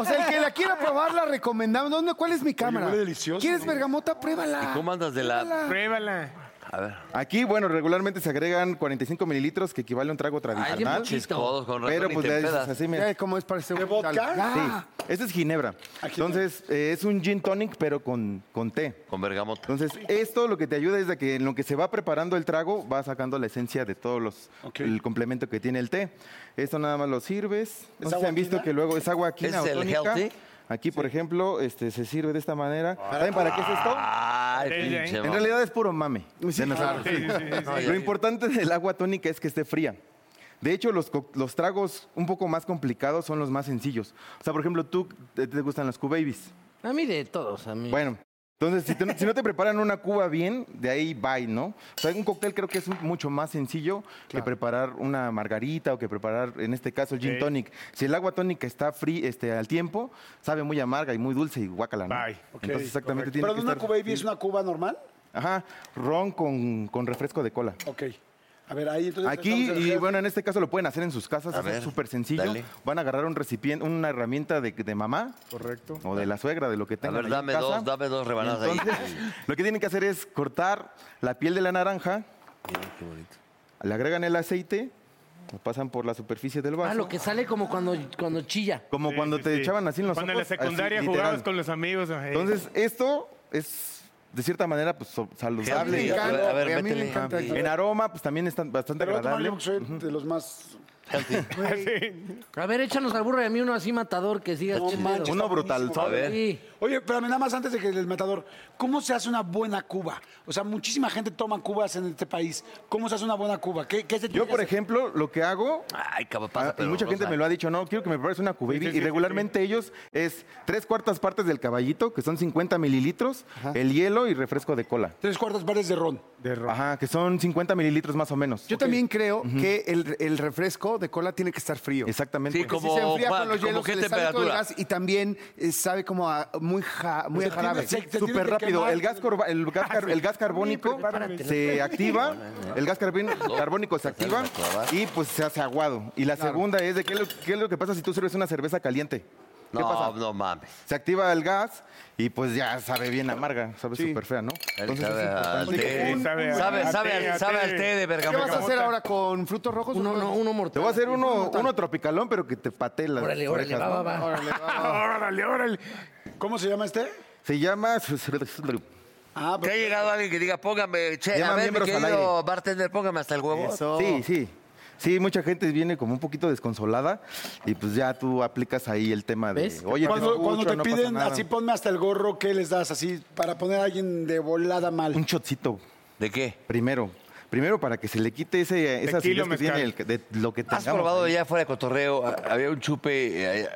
Speaker 3: O sea, el que la quiera probar, la recomendamos. ¿Dónde, ¿Cuál es mi cámara?
Speaker 5: huele delicioso,
Speaker 3: ¿Quieres
Speaker 5: ¿no?
Speaker 3: bergamota? Pruébala.
Speaker 2: ¿Y cómo andas de la-
Speaker 3: Pruébala.
Speaker 7: Pruébala.
Speaker 2: A ver.
Speaker 8: Aquí, bueno, regularmente se agregan 45 mililitros, que equivale a un trago tradicional.
Speaker 2: pinches codos, con razón
Speaker 8: Pero
Speaker 2: ni
Speaker 8: pues
Speaker 2: te
Speaker 8: le dices
Speaker 2: empedas.
Speaker 8: así, mira.
Speaker 3: Ya, ¿Cómo es para ser
Speaker 5: ¿De vodka?
Speaker 3: Ya.
Speaker 8: Sí, este es Ginebra. Entonces, eh, es un gin tonic, pero con, con té.
Speaker 2: Con bergamota.
Speaker 8: Entonces, esto lo que te ayuda es de que en lo que se va preparando el trago, va sacando la esencia de todos los,
Speaker 5: Ok.
Speaker 8: el complemento que tiene el té. Esto nada más lo sirves. No sé si
Speaker 5: agua
Speaker 8: han visto
Speaker 5: quina?
Speaker 8: que luego es agua quina
Speaker 2: ¿Es
Speaker 8: o
Speaker 2: el
Speaker 8: tónica.
Speaker 2: healthy?
Speaker 8: Aquí, por ejemplo, este, se sirve de esta manera. ¿Saben para qué es esto?
Speaker 2: Ay,
Speaker 7: Ella, ¿eh?
Speaker 2: pinche
Speaker 8: En
Speaker 2: mamá.
Speaker 8: realidad es puro mame. de nosotros.
Speaker 2: No, ya-
Speaker 8: Lo importante del agua tónica es que esté fría. De hecho, los, co- los tragos un poco más complicados son los más sencillos. O sea, por ejemplo, tú te, te gustan los Q-Babies.
Speaker 4: A mí de todos, a mí.
Speaker 8: Bueno, entonces, si, te- si no te preparan una cuba bien, de ahí va, ¿no? O sea, un cóctel creo que es un- mucho más sencillo que preparar una margarita o que preparar, en este caso, el gin tonic. Si el agua tónica está fría este, al tiempo, sabe muy amarga y muy dulce y guácala, ¿no?
Speaker 7: Bye.
Speaker 5: Ok,
Speaker 8: Entonces, exactamente
Speaker 5: correcto.
Speaker 8: tiene
Speaker 5: Pero
Speaker 8: que
Speaker 5: una
Speaker 8: estar-
Speaker 5: Cuba Baby es una Cuba normal.
Speaker 8: Ajá, ron con, con refresco de cola.
Speaker 5: Ok. A ver, ahí entonces.
Speaker 8: Aquí,
Speaker 5: estamos en el
Speaker 8: y
Speaker 5: healthy.
Speaker 8: bueno, en este caso lo pueden hacer en sus casas,
Speaker 2: A
Speaker 8: es
Speaker 2: ver,
Speaker 8: súper sencillo.
Speaker 2: dale.
Speaker 8: Van a agarrar un recipiente, una herramienta de, de mamá. Correcto. O de la suegra, de lo que
Speaker 2: A
Speaker 8: tengan.
Speaker 2: ver,
Speaker 8: ahí en
Speaker 2: dame
Speaker 8: casa.
Speaker 2: dos, dame dos rebanadas ahí.
Speaker 8: Entonces, lo que tienen que hacer es cortar la piel de la naranja,
Speaker 2: Qué bonito.
Speaker 8: le agregan el aceite, lo pasan por la superficie del vaso.
Speaker 4: Ah, lo que sale como cuando, cuando chilla.
Speaker 8: Como
Speaker 7: Sí,
Speaker 8: cuando
Speaker 7: sí,
Speaker 8: te
Speaker 7: sí.
Speaker 8: echaban así en los
Speaker 7: Cuando
Speaker 8: ojos,
Speaker 7: en la secundaria
Speaker 8: así,
Speaker 7: jugabas
Speaker 8: literal.
Speaker 7: con los amigos. ajá.
Speaker 8: Entonces, esto es, de cierta manera, pues, so-
Speaker 3: A mí
Speaker 8: saludable.
Speaker 3: me
Speaker 2: Sí, a ver,
Speaker 3: encanta,
Speaker 2: a ver,
Speaker 3: güey, a mí me
Speaker 2: métele.
Speaker 3: encanta.
Speaker 8: En aroma, pues también están bastante
Speaker 5: Pero voy a tomar
Speaker 8: agradable.
Speaker 5: yo porque soy de los más.
Speaker 7: Ah,
Speaker 4: A ver, échanos al burro y a mí uno así matador que siga
Speaker 5: No
Speaker 4: chido.
Speaker 5: manches,
Speaker 8: Uno
Speaker 5: está
Speaker 8: brutal,
Speaker 5: buenísimo.
Speaker 2: A ver.
Speaker 4: Sí.
Speaker 5: Oye, pero nada más antes de que el matador, ¿cómo se hace una buena Cuba? O sea, muchísima gente toma cubas en este país. ¿Cómo se hace una buena Cuba? ¿Qué, qué se
Speaker 8: Yo, por ejemplo, lo que hago
Speaker 2: Ay, cabrón,
Speaker 8: Ah,
Speaker 2: pasa,
Speaker 8: y
Speaker 2: pero
Speaker 8: mucha gente
Speaker 2: rosa.
Speaker 8: me lo ha dicho, no, quiero que me prepares una cubaby.
Speaker 7: sí, sí,
Speaker 8: y
Speaker 7: sí.
Speaker 8: regularmente ellos es tres cuartas partes del caballito, que son 50 mililitros, el hielo y refresco de cola.
Speaker 5: Tres cuartas partes de ron.
Speaker 8: Ajá, que son 50 mililitros más o menos. Mm.
Speaker 3: Yo también creo que el, el refresco de cola tiene que estar frío.
Speaker 8: Exactamente.
Speaker 2: Sí,
Speaker 3: Porque
Speaker 2: como-
Speaker 3: si se enfría
Speaker 2: Juan,
Speaker 3: con los
Speaker 2: ¿como
Speaker 3: hielos,
Speaker 2: qué
Speaker 3: se le sale todo el
Speaker 2: temperatura?
Speaker 3: gas y también eh, sabe como a muy, ja, muy a
Speaker 5: Pero tiene
Speaker 3: jarabe.
Speaker 5: sec- te tiene
Speaker 8: Súper
Speaker 5: que
Speaker 8: rápido.
Speaker 5: quemar.
Speaker 8: El gas, corba- el gas, car- el gas carbónico se activa. El gas carbin- carbónico se activa y pues se hace aguado. Y la segunda es de qué es lo- qué es lo que pasa si tú sirves una cerveza caliente. ¿Qué
Speaker 2: No,
Speaker 8: pasa?
Speaker 2: no mames.
Speaker 8: Se activa el gas y pues ya sabe bien amarga, sabe súper fea, ¿no?
Speaker 2: Él
Speaker 8: es
Speaker 2: sabe al
Speaker 8: importante que-
Speaker 2: té.
Speaker 7: un-
Speaker 2: Sabe,
Speaker 7: un-
Speaker 2: sabe,
Speaker 7: a
Speaker 2: sabe
Speaker 7: té,
Speaker 2: al-
Speaker 7: a
Speaker 2: sabe al
Speaker 7: té.
Speaker 2: té
Speaker 3: ¿Qué
Speaker 2: de
Speaker 3: vas a
Speaker 2: bergamota.
Speaker 3: hacer ahora con frutos rojos? o
Speaker 4: Uno, no, uno mortal.
Speaker 8: Te voy a hacer uno, uno tropicalón, pero que te patee las
Speaker 4: Órale, órale,
Speaker 8: orejas,
Speaker 4: va,
Speaker 8: ¿no?
Speaker 4: va, va.
Speaker 7: órale, órale.
Speaker 5: ¿Cómo se llama este?
Speaker 8: Se llama... Sí,
Speaker 5: Ah,
Speaker 2: ¿Te ha llegado alguien que diga, póngame, che, a
Speaker 8: pues, Llaman
Speaker 2: ver, mi
Speaker 8: miembros al
Speaker 2: querido bartender, póngame hasta el huevo?
Speaker 8: sí. sí, mucha gente viene como un poquito desconsolada y pues ya tú aplicas ahí el tema de,
Speaker 4: ¿Ves?
Speaker 8: oye,
Speaker 5: cuando,
Speaker 8: te,
Speaker 5: cuando
Speaker 8: escucho,
Speaker 5: te
Speaker 8: no pasa
Speaker 5: piden
Speaker 8: nada".
Speaker 5: así, ponme hasta el gorro, ¿qué les das así para poner a alguien de volada
Speaker 8: un
Speaker 5: mal?
Speaker 8: chotcito
Speaker 2: ¿De qué?
Speaker 8: primero. Primero para que se le quite ese, esa
Speaker 7: Tequila,
Speaker 8: acidez que tiene
Speaker 7: mezcal.
Speaker 8: el- de lo que
Speaker 2: ¿Has
Speaker 8: tengamos.
Speaker 2: probado ya fuera de cotorreo? a- Había un chupe, eh, eh,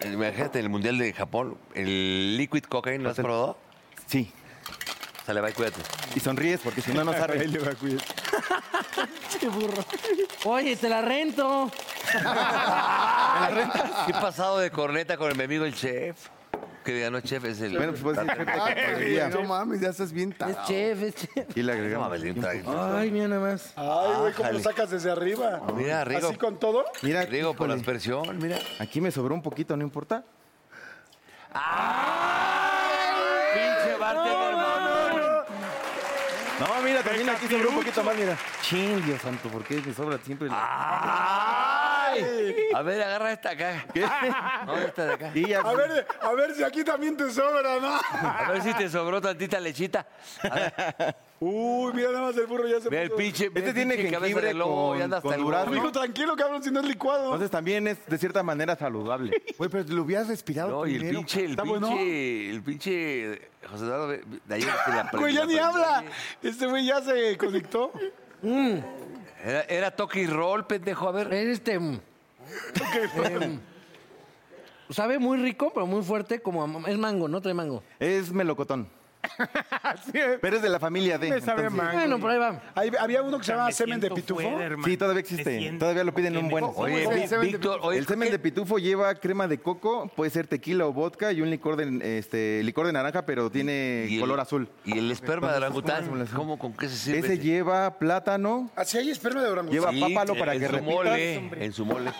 Speaker 2: eh, imagínate, en el Mundial de Japón, el liquid cocaine, ¿lo has probado?
Speaker 8: Sí.
Speaker 2: Sale, va y cuídate.
Speaker 8: Y sonríes porque si no, no
Speaker 5: Ahí
Speaker 8: sabes.
Speaker 5: le va a cuidar.
Speaker 4: Oye, te la rento.
Speaker 8: Ah,
Speaker 2: ¿Qué pasado de corneta con mi amigo el chef? Que diga, no, chef, es el...
Speaker 8: Bueno, pues puedes decir, "Jefe,
Speaker 3: Ay,
Speaker 8: porquería".
Speaker 3: Ah, pues, no mames, ya estás bien
Speaker 4: Es
Speaker 3: tarado.
Speaker 4: chef, es chef.
Speaker 8: Y le
Speaker 2: No,
Speaker 8: agregamos.
Speaker 2: mames, un trago.
Speaker 4: Ay, mira nada más.
Speaker 5: Ay, güey, ¿cómo lo
Speaker 2: Ájale.
Speaker 5: sacas desde arriba?
Speaker 2: Mira, Rigo.
Speaker 5: ¿Así con todo?
Speaker 8: Mira,
Speaker 2: Rigo, por la
Speaker 8: híjole,
Speaker 2: aspersión, mira.
Speaker 8: aquí me sobró un poquito, no importa.
Speaker 2: Pinche bartender,
Speaker 8: No, mira, también aquí sobró un poquito más, mira. Chin, Dios santo, ¿por qué me sobra siempre? la-
Speaker 2: ¡Ay! A ver, agarra esta acá.
Speaker 8: ¿Qué?
Speaker 2: No, esta de acá.
Speaker 8: Y ya,
Speaker 5: A ver, a ver si aquí también te sobra, ¿no?
Speaker 2: A ver si te sobró tantita lechita. A ver,
Speaker 8: Uh.
Speaker 5: Uy, mira nada más el burro ya se
Speaker 2: ve el
Speaker 5: puso-
Speaker 2: pinche. ve
Speaker 8: Este
Speaker 2: el
Speaker 8: tiene
Speaker 2: pinche cabeza
Speaker 8: jengibre
Speaker 2: de lobo
Speaker 8: con-
Speaker 2: y anda hasta
Speaker 8: con
Speaker 2: el
Speaker 8: durazno.
Speaker 2: gorro.
Speaker 5: Digo, tranquilo, cabrón, si no es licuado.
Speaker 8: Entonces también es de cierta manera saludable.
Speaker 3: Güey, pero te lo hubieras respirado
Speaker 2: No, y el
Speaker 3: primero,
Speaker 2: pinche, el
Speaker 5: ¿Está
Speaker 2: pinche,
Speaker 5: bueno?
Speaker 2: el pinche José Eduardo de de ayer se la
Speaker 5: Güey, ya ni
Speaker 2: aprendió,
Speaker 5: habla.
Speaker 2: oye.
Speaker 5: Este güey ya se conectó.
Speaker 2: Era, era toque y roll, pendejo, a
Speaker 5: Eh,
Speaker 2: ver.
Speaker 4: Es este. mm, em, sabe muy rico, pero muy fuerte, como a- es mango, ¿no? Trae mango.
Speaker 8: Es melocotón.
Speaker 7: Así es.
Speaker 8: Pero es de la familia de.
Speaker 7: Me sabe a
Speaker 8: entonces-
Speaker 7: mango.
Speaker 4: Bueno, por ahí va.
Speaker 5: Ahí- había uno que se llamaba semen de pitufo.
Speaker 8: Sí, todavía existe. Todavía lo piden un buen.
Speaker 2: Oye,
Speaker 3: es el semen
Speaker 2: Vi-
Speaker 3: de
Speaker 2: Víctor, oye,
Speaker 8: El semen
Speaker 2: ¿qué-
Speaker 8: de pitufo lleva crema de coco, puede ser tequila o vodka y un licor de este licor de naranja, pero tiene
Speaker 2: y el-
Speaker 8: color azul.
Speaker 2: Y el esperma de orangután,
Speaker 8: Entonces,
Speaker 2: ¿cómo, con qué se sirve?
Speaker 8: Ese lleva plátano,
Speaker 5: Así hay esperma de orangután.
Speaker 8: lleva
Speaker 2: Sí,
Speaker 8: pápalo para
Speaker 2: en
Speaker 8: que
Speaker 2: su
Speaker 8: repitas.
Speaker 2: mole, en su mole.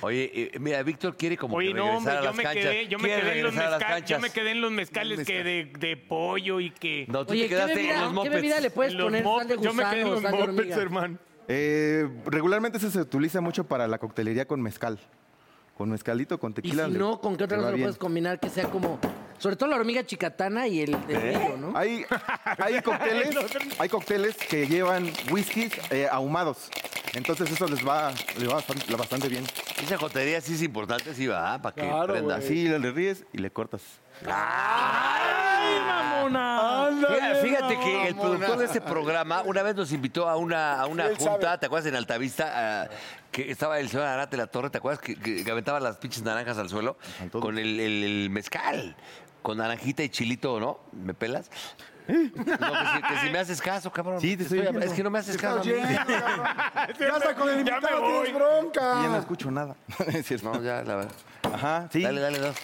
Speaker 2: Oye, eh, mira, Víctor quiere como
Speaker 7: Oye,
Speaker 2: que
Speaker 7: no,
Speaker 2: regresar
Speaker 7: hombre,
Speaker 2: a
Speaker 7: yo
Speaker 2: las
Speaker 7: me,
Speaker 2: canchas.
Speaker 7: quedé, yo, me
Speaker 2: Quiere
Speaker 7: quedé en los
Speaker 2: regresar a las
Speaker 7: mezcal- yo
Speaker 2: canchas.
Speaker 7: me quedé en los mezcales que de, de pollo y que...
Speaker 2: No, tú
Speaker 4: Oye,
Speaker 2: te
Speaker 4: ¿qué
Speaker 2: quedaste en
Speaker 4: bebida,
Speaker 2: los
Speaker 4: ¿qué
Speaker 2: mopeds.
Speaker 4: bebida le puedes
Speaker 7: en los
Speaker 4: poner sal de
Speaker 7: mopeds, yo me quedé en
Speaker 4: gusano,
Speaker 7: los
Speaker 4: sal de
Speaker 7: mopeds,
Speaker 4: hormiga?
Speaker 7: hermano.
Speaker 8: Eh, regularmente ese se utiliza mucho para la coctelería con mezcal. Con mezcalito, con
Speaker 4: Y
Speaker 8: tequila.
Speaker 4: si
Speaker 8: le-
Speaker 4: no, ¿con qué otra
Speaker 8: le va
Speaker 4: cosa lo
Speaker 8: bien.
Speaker 4: puedes combinar que sea como... Sobre todo la hormiga chicatana y el de
Speaker 8: ¿Eh?
Speaker 4: trigo, ¿no?
Speaker 8: Hay, hay cócteles, hay cócteles que llevan whiskies eh, ahumados. Entonces eso les va, les va bastan- bastante, bien.
Speaker 2: Esa jotería sí es importante, sí va, ¿eh? para que
Speaker 5: Claro,
Speaker 2: prenda.
Speaker 5: güey.
Speaker 2: Sí.
Speaker 8: Así le ríes y le cortas.
Speaker 4: ¡Ay, mamona!
Speaker 5: Ándale,
Speaker 2: Fíjate, fíjate que el
Speaker 5: mamona.
Speaker 2: productor de este programa una vez nos invitó a una, a una
Speaker 5: Él
Speaker 2: junta,
Speaker 5: sabe.
Speaker 2: ¿te acuerdas? En Altavista, ah, que estaba el señor Arate La Torre, ¿te acuerdas? Que, que- que aventaba las pinches naranjas al suelo
Speaker 8: Al todo.
Speaker 2: con el, el- el mezcal, con naranjita y chilito, ¿no? ¿Me pelas? No, que, si, que si me haces caso, cabrón.
Speaker 8: Sí, te estoy oyendo.
Speaker 2: Es que no me haces
Speaker 5: Está
Speaker 2: caso. a mí.
Speaker 5: lleno, cabrón. Ya hasta con
Speaker 7: Ya
Speaker 5: el
Speaker 7: me
Speaker 5: invitado
Speaker 7: voy.
Speaker 5: tienes bronca.
Speaker 8: Y ya no escucho nada. Es cierto.
Speaker 2: No, ya, la verdad.
Speaker 8: Ajá, sí.
Speaker 2: Dale, dale, dos.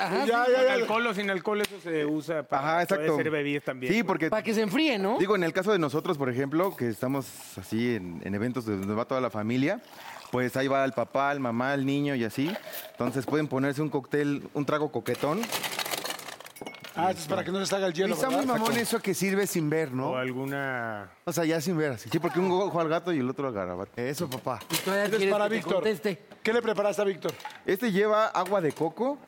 Speaker 4: Ajá,
Speaker 5: Ya,
Speaker 7: Con
Speaker 5: ya, ya.
Speaker 7: alcohol o sin alcohol eso se usa para
Speaker 8: Ajá,
Speaker 7: poder
Speaker 8: exacto.
Speaker 7: hacer bebidas también.
Speaker 8: Sí, porque
Speaker 4: para que se enfríe, ¿no?
Speaker 8: Digo, en el caso de nosotros, por ejemplo, que estamos así en, en eventos donde va toda la familia, pues ahí va el papá, el mamá, el niño y así. Entonces pueden ponerse un cóctel, un trago coquetón.
Speaker 5: Ah, eso es para que no les haga el
Speaker 3: Y
Speaker 5: hielo,
Speaker 3: está muy
Speaker 5: ¿verdad?
Speaker 3: mamón eso que sirve sin ver,
Speaker 7: O
Speaker 3: ¿no?
Speaker 7: alguna...
Speaker 3: O sea, ya sin ver así.
Speaker 8: Sí, porque un ojo al gato y el otro al garabato.
Speaker 3: Eso, papá.
Speaker 4: Y todavía
Speaker 5: Este es
Speaker 4: quieres
Speaker 5: para
Speaker 4: que te
Speaker 5: Víctor.
Speaker 4: conteste.
Speaker 5: ¿Qué le preparaste a Víctor?
Speaker 8: Este lleva agua de coco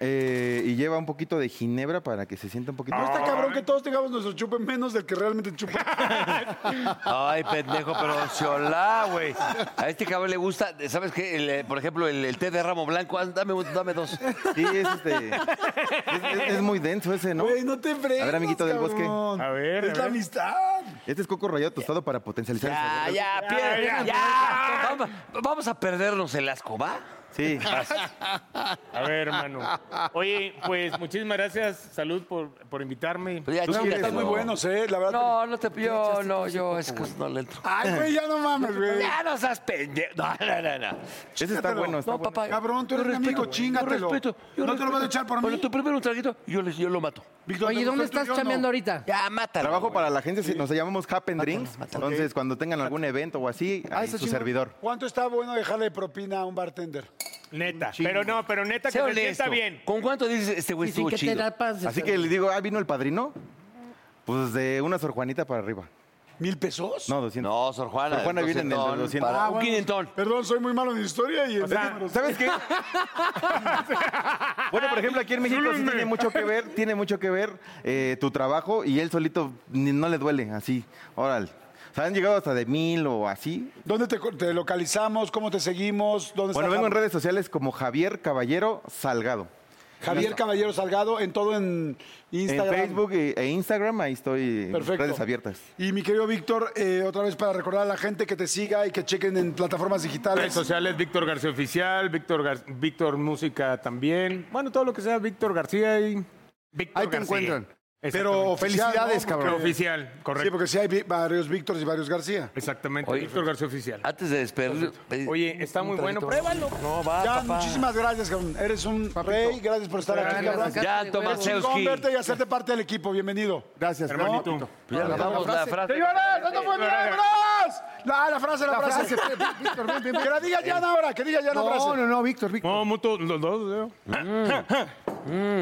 Speaker 8: eh, y lleva un poquito de ginebra para que se sienta un poquito.
Speaker 5: No
Speaker 7: Ah.
Speaker 5: está cabrón que todos tengamos nuestro chupe menos del que realmente chupa.
Speaker 2: Ay, pendejo, pero Xolá, güey. A este cabrón le gusta, ¿sabes qué? El, eh, por ejemplo, el, el té de ramo blanco. Ah, Dame, un- dame dos.
Speaker 8: Sí, es, este, es- es- es muy denso ese, ¿no?
Speaker 5: Güey, no te fregues.
Speaker 8: A ver, amiguito del bosque.
Speaker 5: cabrón.
Speaker 7: A ver,
Speaker 5: Es
Speaker 7: a
Speaker 5: la
Speaker 7: ver.
Speaker 5: amistad.
Speaker 8: Este es coco rallado tostado para potencializar
Speaker 2: Ya,
Speaker 8: el sabor.
Speaker 2: Ah, ya, pierde, ya. Vamos, vamos a perdernos el asco, ¿va?
Speaker 8: Sí.
Speaker 7: A ver, hermano. Oye, pues muchísimas gracias, salud por, por invitarme.
Speaker 2: Pues ya,
Speaker 8: Tú
Speaker 2: chinga,
Speaker 8: quieres,
Speaker 5: Están muy
Speaker 2: no.
Speaker 5: buenos, ¿eh? La verdad.
Speaker 2: No, no te. Yo, no, yo, es que no le entro.
Speaker 5: Ay, güey, ya no mames, güey.
Speaker 2: Ya no seas pendejo. No, no, no, no.
Speaker 8: Ese está
Speaker 5: Chícatelo.
Speaker 8: bueno, está
Speaker 2: No,
Speaker 8: bueno.
Speaker 2: papá.
Speaker 5: Cabrón, tú
Speaker 2: yo
Speaker 5: eres mi amigo,
Speaker 2: güey.
Speaker 5: chíngatelo.
Speaker 2: Yo respeto. yo
Speaker 5: No te lo
Speaker 2: respeto.
Speaker 5: van a echar por mí.
Speaker 2: Bueno, tu primero un traguito, yo, les- yo lo mato.
Speaker 5: Víctor,
Speaker 4: Oye,
Speaker 5: ¿te
Speaker 4: ¿dónde
Speaker 5: gustó el
Speaker 4: estás
Speaker 5: tuyo o no?
Speaker 4: chambeando ahorita?
Speaker 2: Ya, mátalo.
Speaker 8: Trabajo
Speaker 2: güey.
Speaker 8: para la agencia, nos llamamos Happen Drinks. Entonces, cuando tengan algún evento o así,
Speaker 5: Ah,
Speaker 8: ahí
Speaker 3: está
Speaker 8: su
Speaker 3: chingón.
Speaker 8: servidor.
Speaker 5: ¿Cuánto está bueno dejarle de propina a un bartender?
Speaker 7: Neta. Pero no, pero neta que
Speaker 2: Sé
Speaker 7: se sienta
Speaker 2: honesto.
Speaker 7: bien.
Speaker 2: ¿Con cuánto dices este güey
Speaker 4: Y sin
Speaker 2: estuvo
Speaker 4: que te
Speaker 2: chido?
Speaker 4: da paz.
Speaker 8: Así que le digo, ah, vino el padrino. Pues de una Sor Juanita para arriba.
Speaker 5: ¿Mil pesos?
Speaker 8: No, 200.
Speaker 2: No, Sor Juana.
Speaker 8: Sor Juana viene en el de 200.
Speaker 2: para-
Speaker 8: Ah,
Speaker 2: un quinientón.
Speaker 5: Perdón, soy muy malo en historia y... en números.
Speaker 8: ¿Sabes qué? bueno, por ejemplo, aquí en México sí tiene mucho que ver, tiene mucho que ver eh, tu trabajo y él solito ni- no le duele, así, órale. O han llegado hasta de mil o así.
Speaker 5: ¿Dónde te, co- te localizamos? ¿Cómo te seguimos? ¿Dónde
Speaker 8: Bueno,
Speaker 5: está
Speaker 8: vengo en
Speaker 5: Javi-
Speaker 8: redes sociales como Javier Caballero Salgado.
Speaker 5: Javier Caballero Salgado en todo en Instagram?
Speaker 8: En Facebook e e Instagram, ahí estoy en
Speaker 5: Perfecto.
Speaker 8: redes abiertas.
Speaker 5: Y mi querido Víctor, eh, otra vez para recordar a la gente que te siga y que chequen en plataformas
Speaker 7: Redes
Speaker 5: digitales.
Speaker 7: sociales, Víctor García Oficial, Víctor, Gar- Víctor Música también. Bueno, todo lo que sea Víctor García y Víctor
Speaker 3: Ahí te
Speaker 7: García.
Speaker 3: encuentran.
Speaker 7: Exactamente.
Speaker 5: Pero oficial,
Speaker 3: Felicidades,
Speaker 5: ¿no? Porque-
Speaker 3: cabrón.
Speaker 7: oficial,
Speaker 5: Sí,
Speaker 7: correcto.
Speaker 5: porque sí hay vi- varios Víctores y varios García.
Speaker 7: Exactamente,
Speaker 2: Oye,
Speaker 7: Víctor García Oficial.
Speaker 2: Antes de despedir.
Speaker 7: Oye, está muy bueno, pruébalo.
Speaker 2: No, va,
Speaker 5: Ya,
Speaker 2: papá.
Speaker 5: muchísimas gracias, cabrón. Eres un rey. Gracias por estar aquí, cabrón.
Speaker 2: Ya,
Speaker 5: Chingón
Speaker 2: Tomaszewski.
Speaker 5: verte y hacerte parte del equipo. Bienvenido.
Speaker 3: Gracias,
Speaker 7: Hermanito.
Speaker 3: hermanito.
Speaker 2: Pues Ya le damos la frase.
Speaker 5: ¡Señores, no fue milagros! La, la frase, la,
Speaker 3: La
Speaker 5: frase.
Speaker 3: frase, Víctor, ven, ven, ven.
Speaker 5: Que la diga Jan ahora, que diga Jan la frase.
Speaker 3: No, no, no, Víctor, Víctor.
Speaker 7: No, mutuo, los dos. Mm. ¿eh?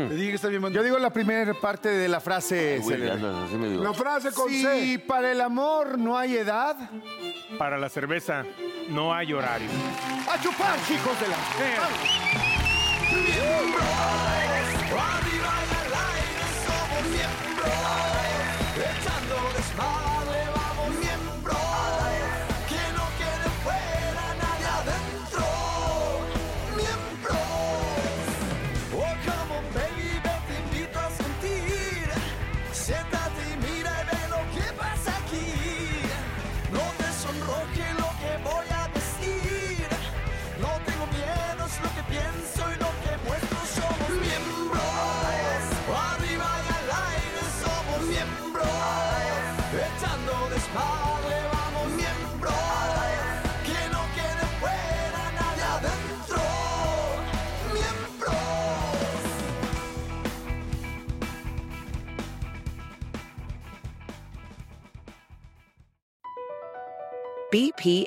Speaker 5: Te dije Mm. que está bien bonito.
Speaker 3: Yo digo la primera parte de la frase.
Speaker 2: Uy,
Speaker 3: célebre.
Speaker 2: anda, así me digo.
Speaker 5: La frase con
Speaker 3: Si
Speaker 5: C.
Speaker 3: para el amor no hay edad,
Speaker 7: Para la cerveza no hay horario.
Speaker 3: a chupar, chicos de la.
Speaker 1: Arriba en el aire somos miembros, echando desmadre vamos miembros, que no quede fuera nadie adentro, miembros. Oh, come on baby, te invito a sentir, siéntate y mira y ve lo que pasa aquí, no te sonroje lo que voy a decir, no tengo miedo, es lo que pienso y lo que muestro somos miembros. Arriba y al aire somos miembros. Echando desmadre vamos miembros. Que no quede fuera nadie adentro. Miembros.
Speaker 9: BP